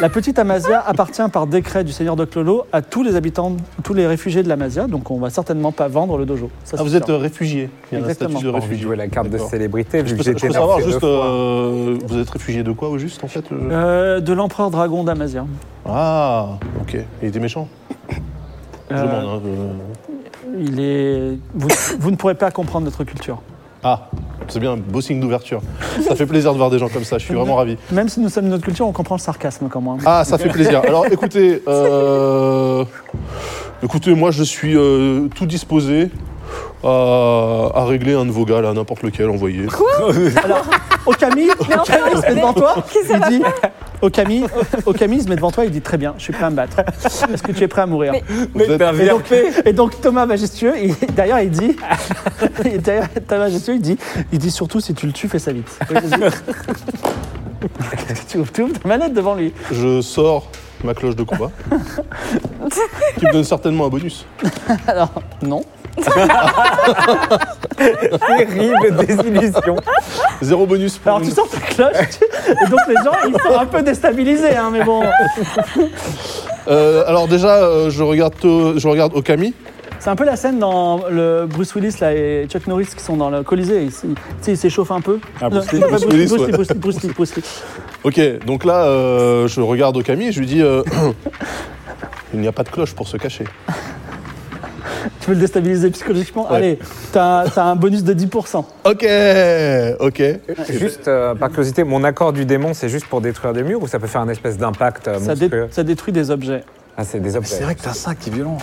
La petite Amazia appartient par décret du seigneur de Clolo à tous les habitants, tous les réfugiés de l'Amazia, donc on va certainement pas vendre le dojo. Ça,
Ah,
c'est
vous êtes
sûr.
euh, réfugié. Il y a un
Exactement.
statut
J'ai
de
envie de
réfugié.
jouer la carte de
D'accord.
célébrité,
Je
vu
peux,
que
je
j'étais
peux
nerfé
savoir
deux
juste,
fois.
euh, vous êtes réfugié de quoi au juste en fait le-
Euh, De l'empereur dragon d'Amazia.
Ah, ok. Il était méchant. Je
Euh,
demande. hein, je-
Il est... vous, vous ne pourrez pas comprendre notre culture.
Ah, c'est bien, beau signe d'ouverture. Ça fait plaisir de voir des gens comme ça. Je suis vraiment ravi.
Même si nous sommes de notre culture, on comprend le sarcasme quand même.
Ah, ça fait plaisir. Alors écoutez, euh, écoutez, moi je suis euh, tout disposé à, à régler un de vos gars, là, n'importe lequel, envoyez.
*laughs* *laughs* Okami,
en fait,
Okami se met devant toi,
Qu'est-ce que ça
il dit Okami, Okami il se met devant toi, il dit très bien, je suis prêt à me battre. Est-ce que tu es prêt à mourir
Mec,
êtes-
t'es un
Et donc,
VRP.
et donc Thomas Majestueux, il- d'ailleurs, il dit, *laughs* et d'ailleurs, Thomas Majestueux, il dit, il dit surtout si tu le tues, fais ça vite. Oui, vas-y. tu ouvres *laughs* tu ouvres ta manette devant lui.
Je sors ma cloche de combat, qui me donne certainement un bonus.
Alors, *laughs* non.
Terrible désillusion.
Zéro bonus pour
Alors
une-
tu sors ta cloche, tu- et donc les gens, ils sont un peu déstabilisés, hein, mais bon,
Euh, alors déjà, euh, je regarde, To- je regarde Okami.
c'est un peu la scène dans le Bruce Willis là, et Chuck Norris qui sont dans le Colisée, ils, ils- tu sais, ils s'échauffent un peu.
Ah,
Non,
Bruce Lee,
pas
Bruce Willis,
Bruce Lee,
ouais.
Bruce Lee, Bruce Lee, Bruce Lee.
Ok, donc là, euh, je regarde Okami et je lui dis, euh, *coughs* il n'y a pas de cloche pour se cacher.
Tu veux le déstabiliser psychologiquement
Ouais.
Allez, t'as t'as un bonus de 10%.
Ok, ok.
Juste euh, par curiosité, mon accord du démon, c'est juste pour détruire des murs ou ça peut faire un espèce d'impact euh,
Ça, dé-
monstrueux
ça détruit des objets.
Ah, c'est des objets.
que t'as ça qui est violent.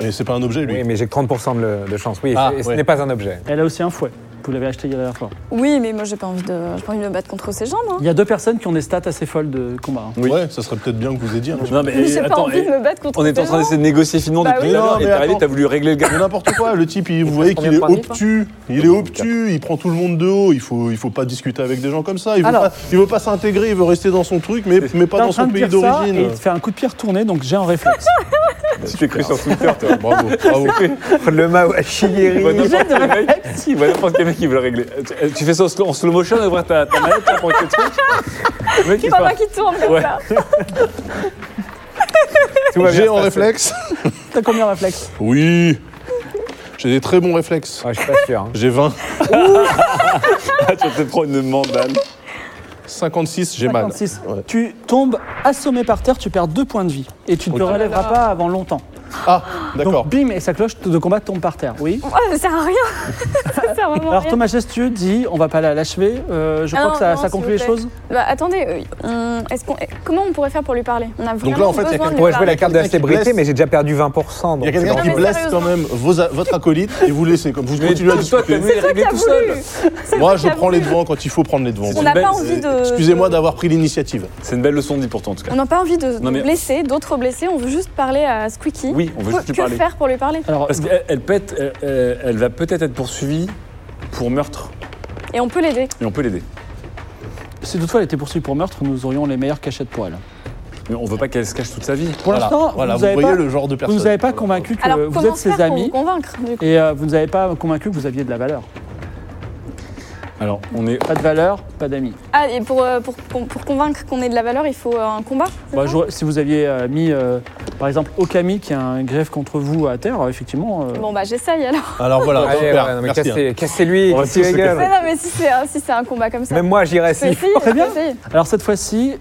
Et c'est pas un objet, lui.
Oui, mais j'ai que 30% de, le- de chance. Oui,
Ah,
et ce
ouais.
n'est pas un objet.
Elle a aussi un fouet. Vous l'avez acheté il y a la dernière fois.
Oui, mais moi j'ai pas envie de, j'ai pas envie de me battre contre ses jambes. hein.
Il y a deux personnes qui ont des stats assez folles de combat. hein.
Ouais, ça serait peut-être bien que vous ayez un.
Non, mais
Mais j'ai pas
attends,
envie de me battre contre
on est
ses
en train
jambes.
d'essayer de négocier finement
Bah
depuis
oui.
tout à l'heure,
Non,
et
mais
t'es arrivé,
attends.
t'as voulu régler le gars.
Mais n'importe quoi, le type, il- vous voyez qu'il
combien
est
par livre
obtus, il est obtus, il prend tout le monde de haut, il faut, il faut pas discuter avec des gens comme ça, il veut
Alors.
pas, il veut pas s'intégrer, il veut rester dans son truc, mais, mais pas
T'es en
dans
train
son
de
pays
dire ça et il
d'origine.
te fait un coup de pierre tourné, donc j'ai un
*laughs*
réflexe.
*laughs* Tu t'es cru sur Twitter, *laughs* toi.
Bravo, bravo.
Le Mawashi
Il voit
Yeri.
n'importe quel mec- il voit n'importe quel mec qui veut le régler. Euh, Tu- Tu fais ça en slow- en slow motion, ouvrir ta ta manette là, pour tes trucs. Le mec, il
Il
fait
faut
un-
pas qu'il tourne comme
Ouais.
ça.
Tout va bien
J'ai
se
en
passer.
réflexe *laughs*
T'as combien de réflexes
Oui J'ai des très bons réflexes.
Ouais, je suis pas sûr. hein.
J'ai 20,
Ah, *laughs* Tu vas peut-être prendre une mandale.
56, j'ai mal.
56.
Ouais.
Tu tombes assommé par terre, tu perds deux points de vie. Et tu ne te
Ok.
relèveras pas avant longtemps.
Ah, d'accord.
Donc bim, et sa cloche de combat tombe par terre. Oui.
Ouais, ça sert à rien. *laughs* ça sert vraiment à
Alors
rien.
ton majestueux dit, on va pas la- l'achever. Euh, je
Ah
crois
non,
que ça,
non,
ça
s'il
conclut
vous
les
plaît.
choses.
Bah attendez, euh, on- est-ce qu'on, comment on pourrait faire pour lui parler On a
là,
vraiment
en fait, il y
besoin
a quelqu'un
de
On
lui
pourrait jouer
parler.
la carte de la célébrité, mais j'ai déjà perdu 20%.
Il y a
donc
quelqu'un
c'est
qui
Non, mais
blesse
sérieusement.
quand même vos, votre acolyte et vous laissez, comme vous
Mais
continuez à
toi, t'as
discuter.
voulu les régler tout seul.
Moi, je prends les devants quand il faut prendre les devants.
On
une
n'a
belle-
pas envie de.
euh, Excusez-moi d'avoir pris l'initiative.
C'est une belle leçon de vie pour toi, en tout cas.
On n'a pas envie de de
Non, mais-
blesser d'autres blessés. On veut juste parler à Squeaky.
Oui, on veut juste
Que
lui parler.
faire pour lui parler
Alors
Parce qu'elle elle pète, elle, elle- elle va peut-être être poursuivie pour meurtre.
Et on peut l'aider.
Et on peut l'aider.
si toutefois elle était poursuivie pour meurtre, nous aurions les meilleures cachettes pour elle.
Mais on veut pas qu'elle se cache toute sa vie.
Pour
Voilà,
l'instant,
voilà,
vous,
vous
n'avez
voyez
pas,
le genre de
vous
personne.
nous avez pas convaincu que
Alors
vous
comment
êtes
faire
ses
pour
amis
vous convaincre du coup
et euh, vous nous avez pas convaincu que vous aviez de la valeur.
Alors, on est.
Pas de valeur, pas d'amis.
Ah et pour, euh, pour, pour, pour convaincre qu'on ait de la valeur, il faut euh, un combat. c'est
Bah,
ça
j'aurais- si vous aviez euh, mis, euh, par exemple, Okami qui a un greffe contre vous à terre, euh, effectivement. euh,
Bon bah j'essaye alors.
Alors voilà,
Allez,
super,
ouais, non, mais
merci. hein.
cassez- Cassez-lui,
On va tous
cassez-lui la
se
Mais
gueule.
non mais si c'est un- si c'est un combat comme ça.
Même moi, j'irais
Mais
si.
si,
Très bien.
essayer.
Alors cette fois-ci,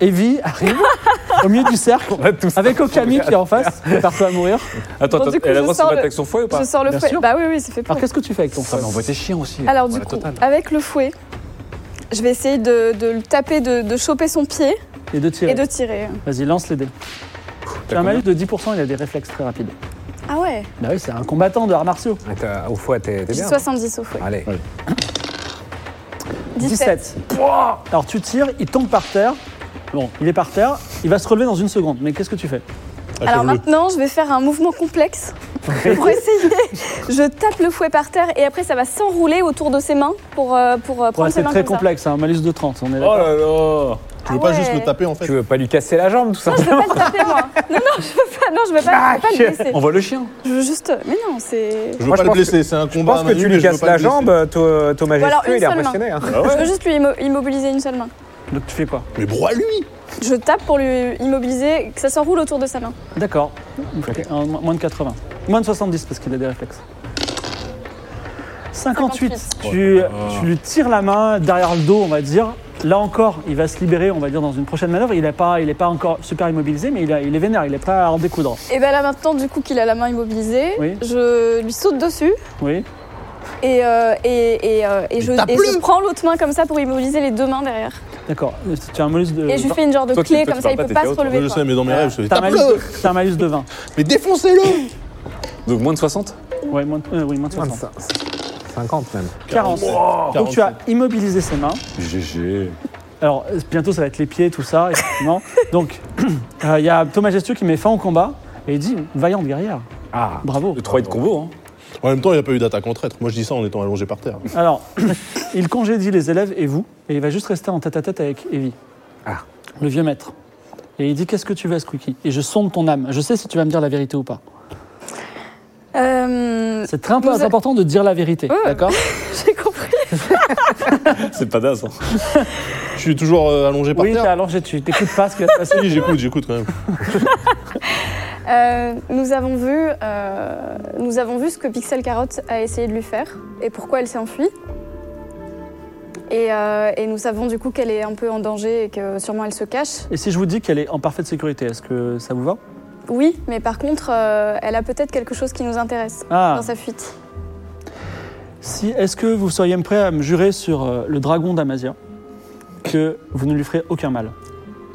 Evie arrive *laughs* au milieu du cercle
On va tous-
avec Okami qui est en face, qui est partout à mourir.
Attends,
Bon,
attends,
du coup,
elle a
je
le droit de se
sors
battre
le-
avec son fouet ou pas
Je sors le
Bien
fouet.
sûr.
Bah oui oui, c'est fait pour.
Alors qu'est-ce que tu fais avec ton
Ah, mais
frère
on voit tes chiens aussi.
Alors du
Voilà,
coup,
total.
avec le fouet, je vais essayer de, de le taper, de, de choper son pied
Les deux tirs.
et de tirer.
Vas-y, lance les dés. Tu as un malus de 10%, il a des réflexes très rapides.
Ah ouais,
Bah oui, c'est un combattant de arts martiaux.
Mais t'as- Au foie, t'es t'es
j'ai
bien.
70 au fouet.
Allez.
17.
Pouah Alors tu tires, il tombe par terre. Bon, il est par terre, il va se relever dans une seconde, mais qu'est-ce que tu fais
Alors
Achève-le.
maintenant, je vais faire un mouvement complexe pour essayer. Je tape le fouet par terre et après, ça va s'enrouler autour de ses mains pour, euh, pour euh, prendre
Ouais,
ses
C'est
mains
très
comme ça.
complexe, hein, un malus de 30, on est
Oh
là.
là là
Tu veux
Ah
pas
ouais.
juste le taper en fait
Tu veux pas lui casser la jambe, tout
Je
simplement
veux pas le taper, moi. Non, non, je veux pas, non, je veux pas, je veux pas le blesser.
On voit le chien.
Je veux juste... Mais non, c'est...
Je veux
Moi, je
pas le
pense
blesser, c'est un
Je
combat.
pense que tu lui casses la jambe, euh, toi- Thomas
Ou alors une
Gestueux, il est
seule
impressionné. hein.
Je veux juste lui immo- immobiliser une seule main.
Oh.
Donc tu fais quoi
Mais broie-lui
Je tape pour lui immobiliser, et que ça s'enroule autour de sa main.
D'accord, Vous faites un- moins de 80. Moins de 70 parce qu'il a des réflexes. 58,
58.
Tu, tu lui tires la main derrière le dos, on va dire. Là encore, il va se libérer, on va dire, dans une prochaine manœuvre. Il n'est pas, il est pas encore super immobilisé, mais il, a- il est vénère, il est prêt à en découdre.
Et bien là maintenant, du coup qu'il a la main immobilisée,
Oui.
je lui saute dessus
Oui.
et, euh, et, et, euh, et je, et
tape-le
je prends l'autre main comme ça pour immobiliser les deux mains derrière.
D'accord, tu as un malus de.
Et je lui fais une genre de
Toi, tu-
clé
toi,
comme
tu
ça,
parles
il
pas,
peut
t'es
pas se
KO, toi.
relever.
Je
quoi.
sais, mais dans mes rêves, je
T'as un, malus de...
tape-le
t'as un malus de 20.
Mais défoncez-le
Donc moins de 60
Ouais, moins de, euh, oui, moins de 60.
50 même.
40. Donc tu as immobilisé ses mains.
GG.
Alors euh, bientôt ça va être les pieds, tout ça, effectivement. Donc *clears throat* euh, il y a Thomas Gestueux qui met fin au combat et il dit Vaillante guerrière,
Ah,
bravo.
Le 3 de combo, hein.
En même temps, il n'y a pas eu d'attaque en traître. Moi, je dis ça en étant allongé par terre.
Alors *coughs* il congédie les élèves et vous et il va juste rester en tête à tête avec Evie,
Ah.
le vieux maître. Et il dit Qu'est-ce que tu veux, Squeaky Et je sonde ton âme. Je sais si tu vas me dire la vérité ou pas.
Euh, *laughs*
C'est très impo-
Vous a-
important de dire la vérité,
Ouais.
d'accord
J'ai compris.
C'est pas d'as. hein.
Je suis toujours euh, allongé par
Oui, t'es
terre.
allongé, tu t'écoutes pas ce qui va se passer.
Oui, j'écoute, j'écoute quand même.
Euh, nous, avons vu, euh, nous avons vu ce que Pixel Carotte a essayé de lui faire et pourquoi elle s'est enfuie. Et, euh, et nous savons du coup qu'elle est un peu en danger et que sûrement elle se cache.
Et si je vous dis qu'elle est en parfaite sécurité, est-ce que ça vous va
Oui, mais par contre, euh, elle a peut-être quelque chose qui nous intéresse
Ah,
dans sa fuite.
Si, est-ce que vous seriez prêt à me jurer sur euh, le dragon d'Amazia que vous ne lui ferez aucun mal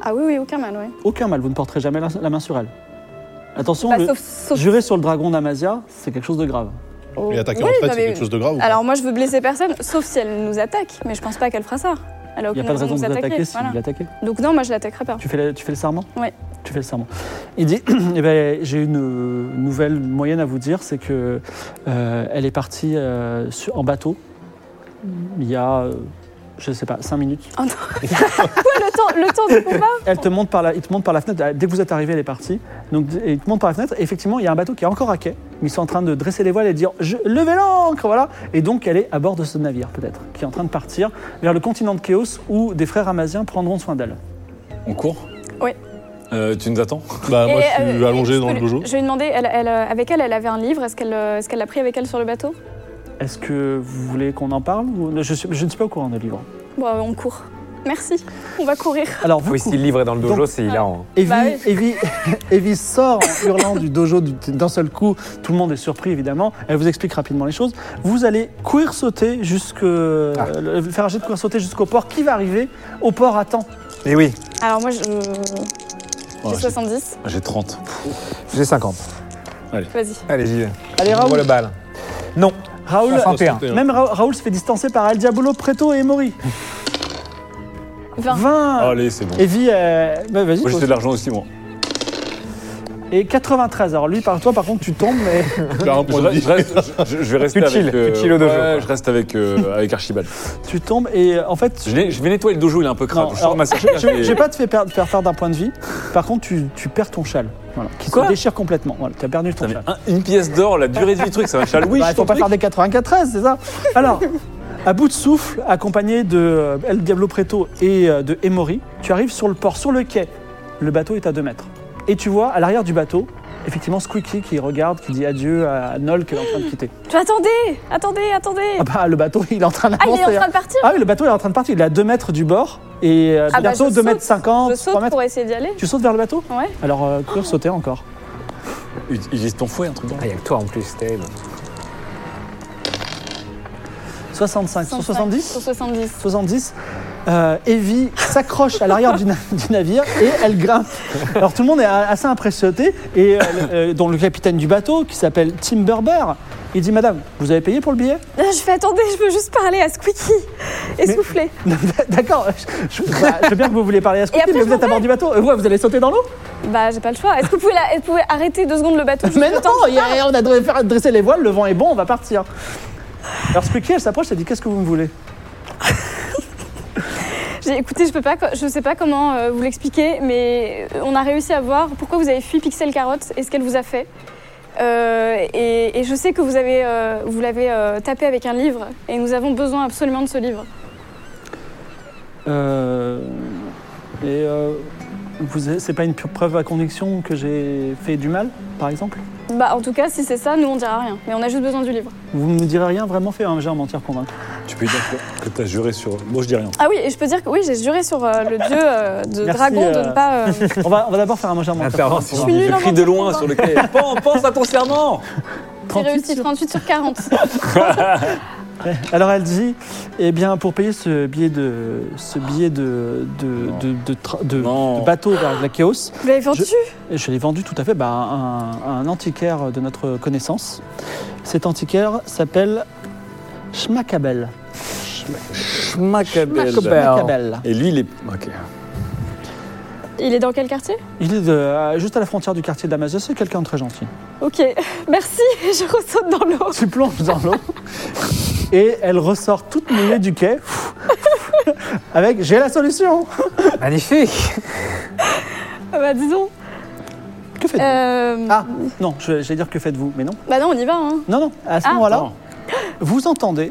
Ah oui, oui, aucun mal, oui.
Aucun mal, vous ne porterez jamais la, la main sur elle. Attention,
Bah,
le-
sauf, sauf-
jurer sur le dragon d'Amazia, c'est quelque chose de grave.
au-
Et attaquer
Oui,
en tête,
non,
c'est
mais-
quelque chose de grave. ou pas
Alors moi, je veux blesser personne, sauf si elle nous attaque. Mais je pense pas qu'elle fera ça. Elle
Il n'y
a aucune
a pas de raison de vous
nous
attaquer
attaquer.
si
voilà.
vous l'attaquez.
Donc non, moi, je l'attaquerai pas.
Tu fais, le- tu fais le serment
Ouais.
Tu fais le serment. Il dit *clears throat* eh ben, J'ai une euh, nouvelle moyenne à vous dire, c'est que euh, elle est partie euh, sur- en bateau
Mm.
il y a, euh, je sais pas, 5 minutes.
Oh non. le temps, le temps du combat.
Elle te monte par la, il te monte par la fenêtre, euh, dès que vous êtes arrivé, elle est partie. Donc et il te monte par la fenêtre, et effectivement, il y a un bateau qui est encore à quai, mais ils sont en train de dresser les voiles et de dire Je- Levez l'ancre Voilà. Et donc, elle est à bord de ce navire, peut-être, qui est en train de partir vers le continent de Chaos où des frères amasiens prendront soin d'elle.
On court
Oui.
Euh, tu nous attends
Bah, moi,
Et,
je suis
euh,
allongé
je
dans
peux
le
lui-
dojo.
Je lui ai demandé, elle, elle, euh, avec elle, elle avait un livre. Est-ce qu'elle euh, est-ce qu'elle l'a pris avec elle sur le bateau
Est-ce que vous voulez qu'on en parle ou- je, suis- je ne suis pas au courant de livre.
Bon, euh, on court. Merci. On va courir.
Alors, vous,
Oui, si le livre est dans le dojo, c'est hilarant.
Evie,
Bah oui.
Evie- *laughs* Evie sort en hurlant du dojo du- d'un seul coup. Tout le monde est surpris, évidemment. Elle vous explique rapidement les choses. Vous allez courir sauter jusque. euh, faire un jet de courir sauter jusqu'au port. Qui va arriver au port à temps
Et Eh oui,
Alors moi, je-
Oh,
j'ai
j'ai-
70.
J'ai 30.
j'ai 50.
Vas-y.
Allez, j'y vais.
Allez,
Envoie
Raoul. Oh
le bal. Non,
Raoul.
61.
Même Ra- Raoul se fait distancer par El Diabolo, Preto et Mori.
20.
20.
Allez, c'est bon.
Evie, euh, bah, vas-y.
Oh Moi, j'ai
toi
fait de l'argent aussi, moi.
aussi. Et 93. Alors lui, par toi, par contre, tu tombes, mais.
Tu as un
Je,
point de vie.
reste- je- je vais rester
Utile,
avec... euh,
utile au dojo,
ouais,
quoi.
je reste avec, euh, avec Archibald.
tu tombes et euh, en fait.
Je, l'ai- je vais nettoyer le dojo, il est un peu crade.
Non,
je sors
alors,
ma sachet,
Je je vais pas te faire perdre, faire perdre d'un point de vie. Par contre, tu, tu perds ton châle. Voilà, qui
Quoi
se déchire complètement. Voilà, tu as perdu ton
Putain, mais
châle.
un- une pièce d'or, la durée de vie du truc, ça va chaloui.
Bah, faut pas faire des 94, c'est ça Alors, à bout de souffle, accompagné de euh, El Diablo Preto et euh, de Emory, tu arrives sur le port, sur le quai. Le bateau est à 2 mètres. Et tu vois, à l'arrière du bateau, effectivement, Squeaky qui regarde, qui dit adieu à Nol qui est en train de quitter.
Tu- Attendez, attendez, attendez.
Ah bah, le bateau, il est en train
Ah, il
d'avancer.
est en
hein.
train de partir.
Ah oui, le bateau, il est en train de partir. Il est à 2 mètres du bord. Et euh,
Ah bah,
bientôt 2
je saute.
mètres 50,
Je
3
saute
mètres.
pour essayer d'y aller.
Tu sautes vers le bateau
Ouais.
Alors, euh, courir, sauter encore.
Utilise ton fouet, un truc dans
il y a que toi en plus, c'était.
65, sur 70
Sur 70.
70, euh, Evie s'accroche à l'arrière du, na- du navire et elle grimpe. Alors tout le monde est a- assez impressionné, et euh, le- euh, dont le capitaine du bateau, qui s'appelle Tim Berber, il dit Madame, vous avez payé pour le billet *laughs*
Ah, Je fais attendez, je veux juste parler à Squeaky et souffler.
D'accord, je, je- bah, je veux bien que vous voulez parler à ce
Et après,
mais
je
vous êtes à
m'en
bord du bateau. Euh, ouais, vous allez sauter dans l'eau
Bah, j'ai pas le choix. Est-ce que vous pouvez, la- vous pouvez arrêter deux secondes le bateau juste
Mais
le
non,
temps que je
il y a-
parle
on a dre- faire- dressé les voiles, le vent est bon, on va partir. Alors Squeaky, elle s'approche, elle dit Qu'est-ce que vous me voulez
J'ai écoutez, je peux pas, co- je sais pas comment euh, vous l'expliquer, mais euh, on a réussi à voir pourquoi vous avez fui Pixel Carotte et ce qu'elle vous a fait. Euh, et, et je sais que vous avez, euh, vous l'avez euh, tapé avec un livre, et nous avons besoin absolument de ce livre.
Euh, et euh, vous- c'est pas une pure preuve à conviction que j'ai fait du mal, par exemple
Bah, en tout cas, si c'est ça, nous on dira rien, mais on a juste besoin du livre.
Vous ne me direz rien, vraiment fait un jet en mentir convaincre.
Tu peux lui dire que, que t'as juré sur. Moi, je dis rien.
Ah oui, et je peux dire que oui, j'ai juré sur euh, le dieu euh, de
Merci,
dragon de
euh,
ne pas. euh,
*laughs* On va, on va d'abord faire un jet en mentir
Intervention.
convaincre.
Je suis nulle en
crie de loin
mentir
sur le quai. Pense, pense à ton serment
J'ai
38
réussi
sur-
38 sur
*laughs*
40.
Ouais. Alors elle dit, eh bien pour payer ce billet de, ce billet de, de,
Non.
de, de tra- de-
Non.
de bateau vers la chaos,
Vous l'avez vendu
je l'ai vendu tout à fait bah, à un, à un antiquaire de notre connaissance. Cet antiquaire s'appelle Schmackabel. Schmackabel.
Et lui, il est. Ok.
Il est dans quel quartier
Il est de- juste à la frontière du quartier d'Amazon, c'est quelqu'un de très gentil.
Ok, *laughs* merci, je ressaute dans l'eau.
Tu plonges dans l'eau et elle ressort toute mouillée du quai *laughs* avec j'ai la solution.
Magnifique
Ah bah disons.
Que faites-vous
Euh,
Ah non, je- j'allais dire que faites-vous, mais non.
Bah non, on y va. Hein.
Non, non, à ce
Ah.
moment-là, vous entendez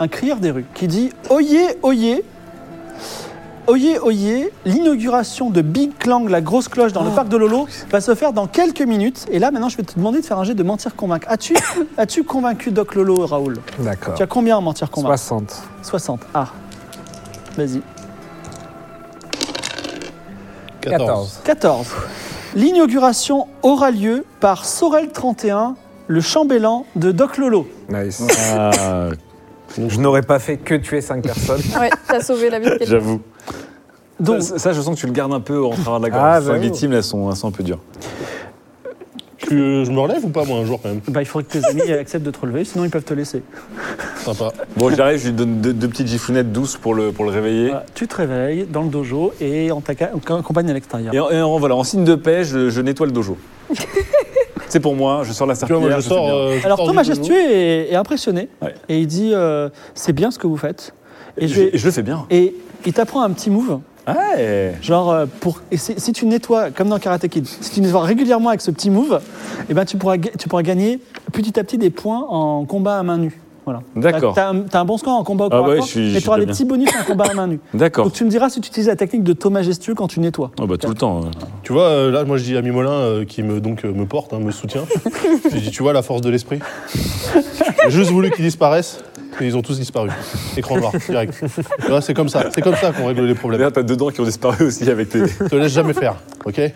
un crieur des rues qui dit Oyez, oyez, oyez, oyez, l'inauguration de Big Clang, la grosse cloche
Oh.
dans le parc de Lolo, va se faire dans quelques minutes. Et là, maintenant, je vais te demander de faire un jet de mentir-convaincre.
*coughs*
As-tu as convaincu Doc Lolo, Raoul
D'accord.
Tu as combien en mentir-convaincre
60.
60. Ah, vas-y.
14.
14. L'inauguration aura lieu par Sorel 31, le chambellan de Doc Lolo.
Nice.
Ah,
Je n'aurais pas fait que tuer 5 personnes.
Ouais, t'as sauvé la vie de quelqu'un.
j'avoue.
Donc,
ça, ça, je sens que tu le gardes un peu en travers de la
Ah,
gorge. Les
j'avoue.
victimes, elles sont, elles sont un peu dures.
Tu- euh, je me relève ou pas, moi, un jour, quand même
Bah, il faudrait que tes amis acceptent de te relever, sinon ils peuvent te laisser.
Sympa.
Bon, j'arrive, je lui donne deux, deux petites gifounettes douces pour le, pour le réveiller.
Voilà, tu te réveilles dans le dojo et on t'acca- on t'accompagne à l'extérieur.
Et, en, et en- voilà, en signe de paix, je, je nettoie le *laughs* dojo. c'est pour moi, je sors la
Tu vois,
serpillière.
moi, je
fais
sors.
bien.
euh, je
Alors,
sors
Thomas
du dojo.
Majestueux est, est impressionné
Ouais.
et il dit euh, C'est bien ce que vous faites. Et,
euh, Et
je
je,
vais-
et je le fais bien.
et il t'apprend un petit move.
Ouais.
Genre, euh, pour, et si, si tu nettoies, comme dans Karate Kid, si tu nettoies régulièrement avec ce petit move, eh ben, tu, pourras, ga- tu pourras gagner petit à petit des points en combat à main nue. Voilà.
D'accord.
T'as un, t'as un bon score en combat au
Ah
corps à
ouais,
corps,
je suis- je
et
suis
tu auras des
très bien.
petits bonus en combat à main nue.
D'accord.
Donc tu me diras si tu utilises la technique de Thomas Gestueux quand tu nettoies.
Oh, bah, tout le temps. euh.
Tu vois, euh, là, moi, je dis à Mimolin, euh, qui me, donc, euh, me porte, hein, me soutient. je lui dis, tu vois, la force de l'esprit. J'ai juste voulu qu'ils disparaissent. Et ils ont tous disparu. Écran noir, direct. Tu vois, c'est comme ça. C'est comme ça qu'on règle les problèmes.
D'ailleurs, t'as deux dents qui ont disparu aussi avec tes.
te laisse jamais faire, ok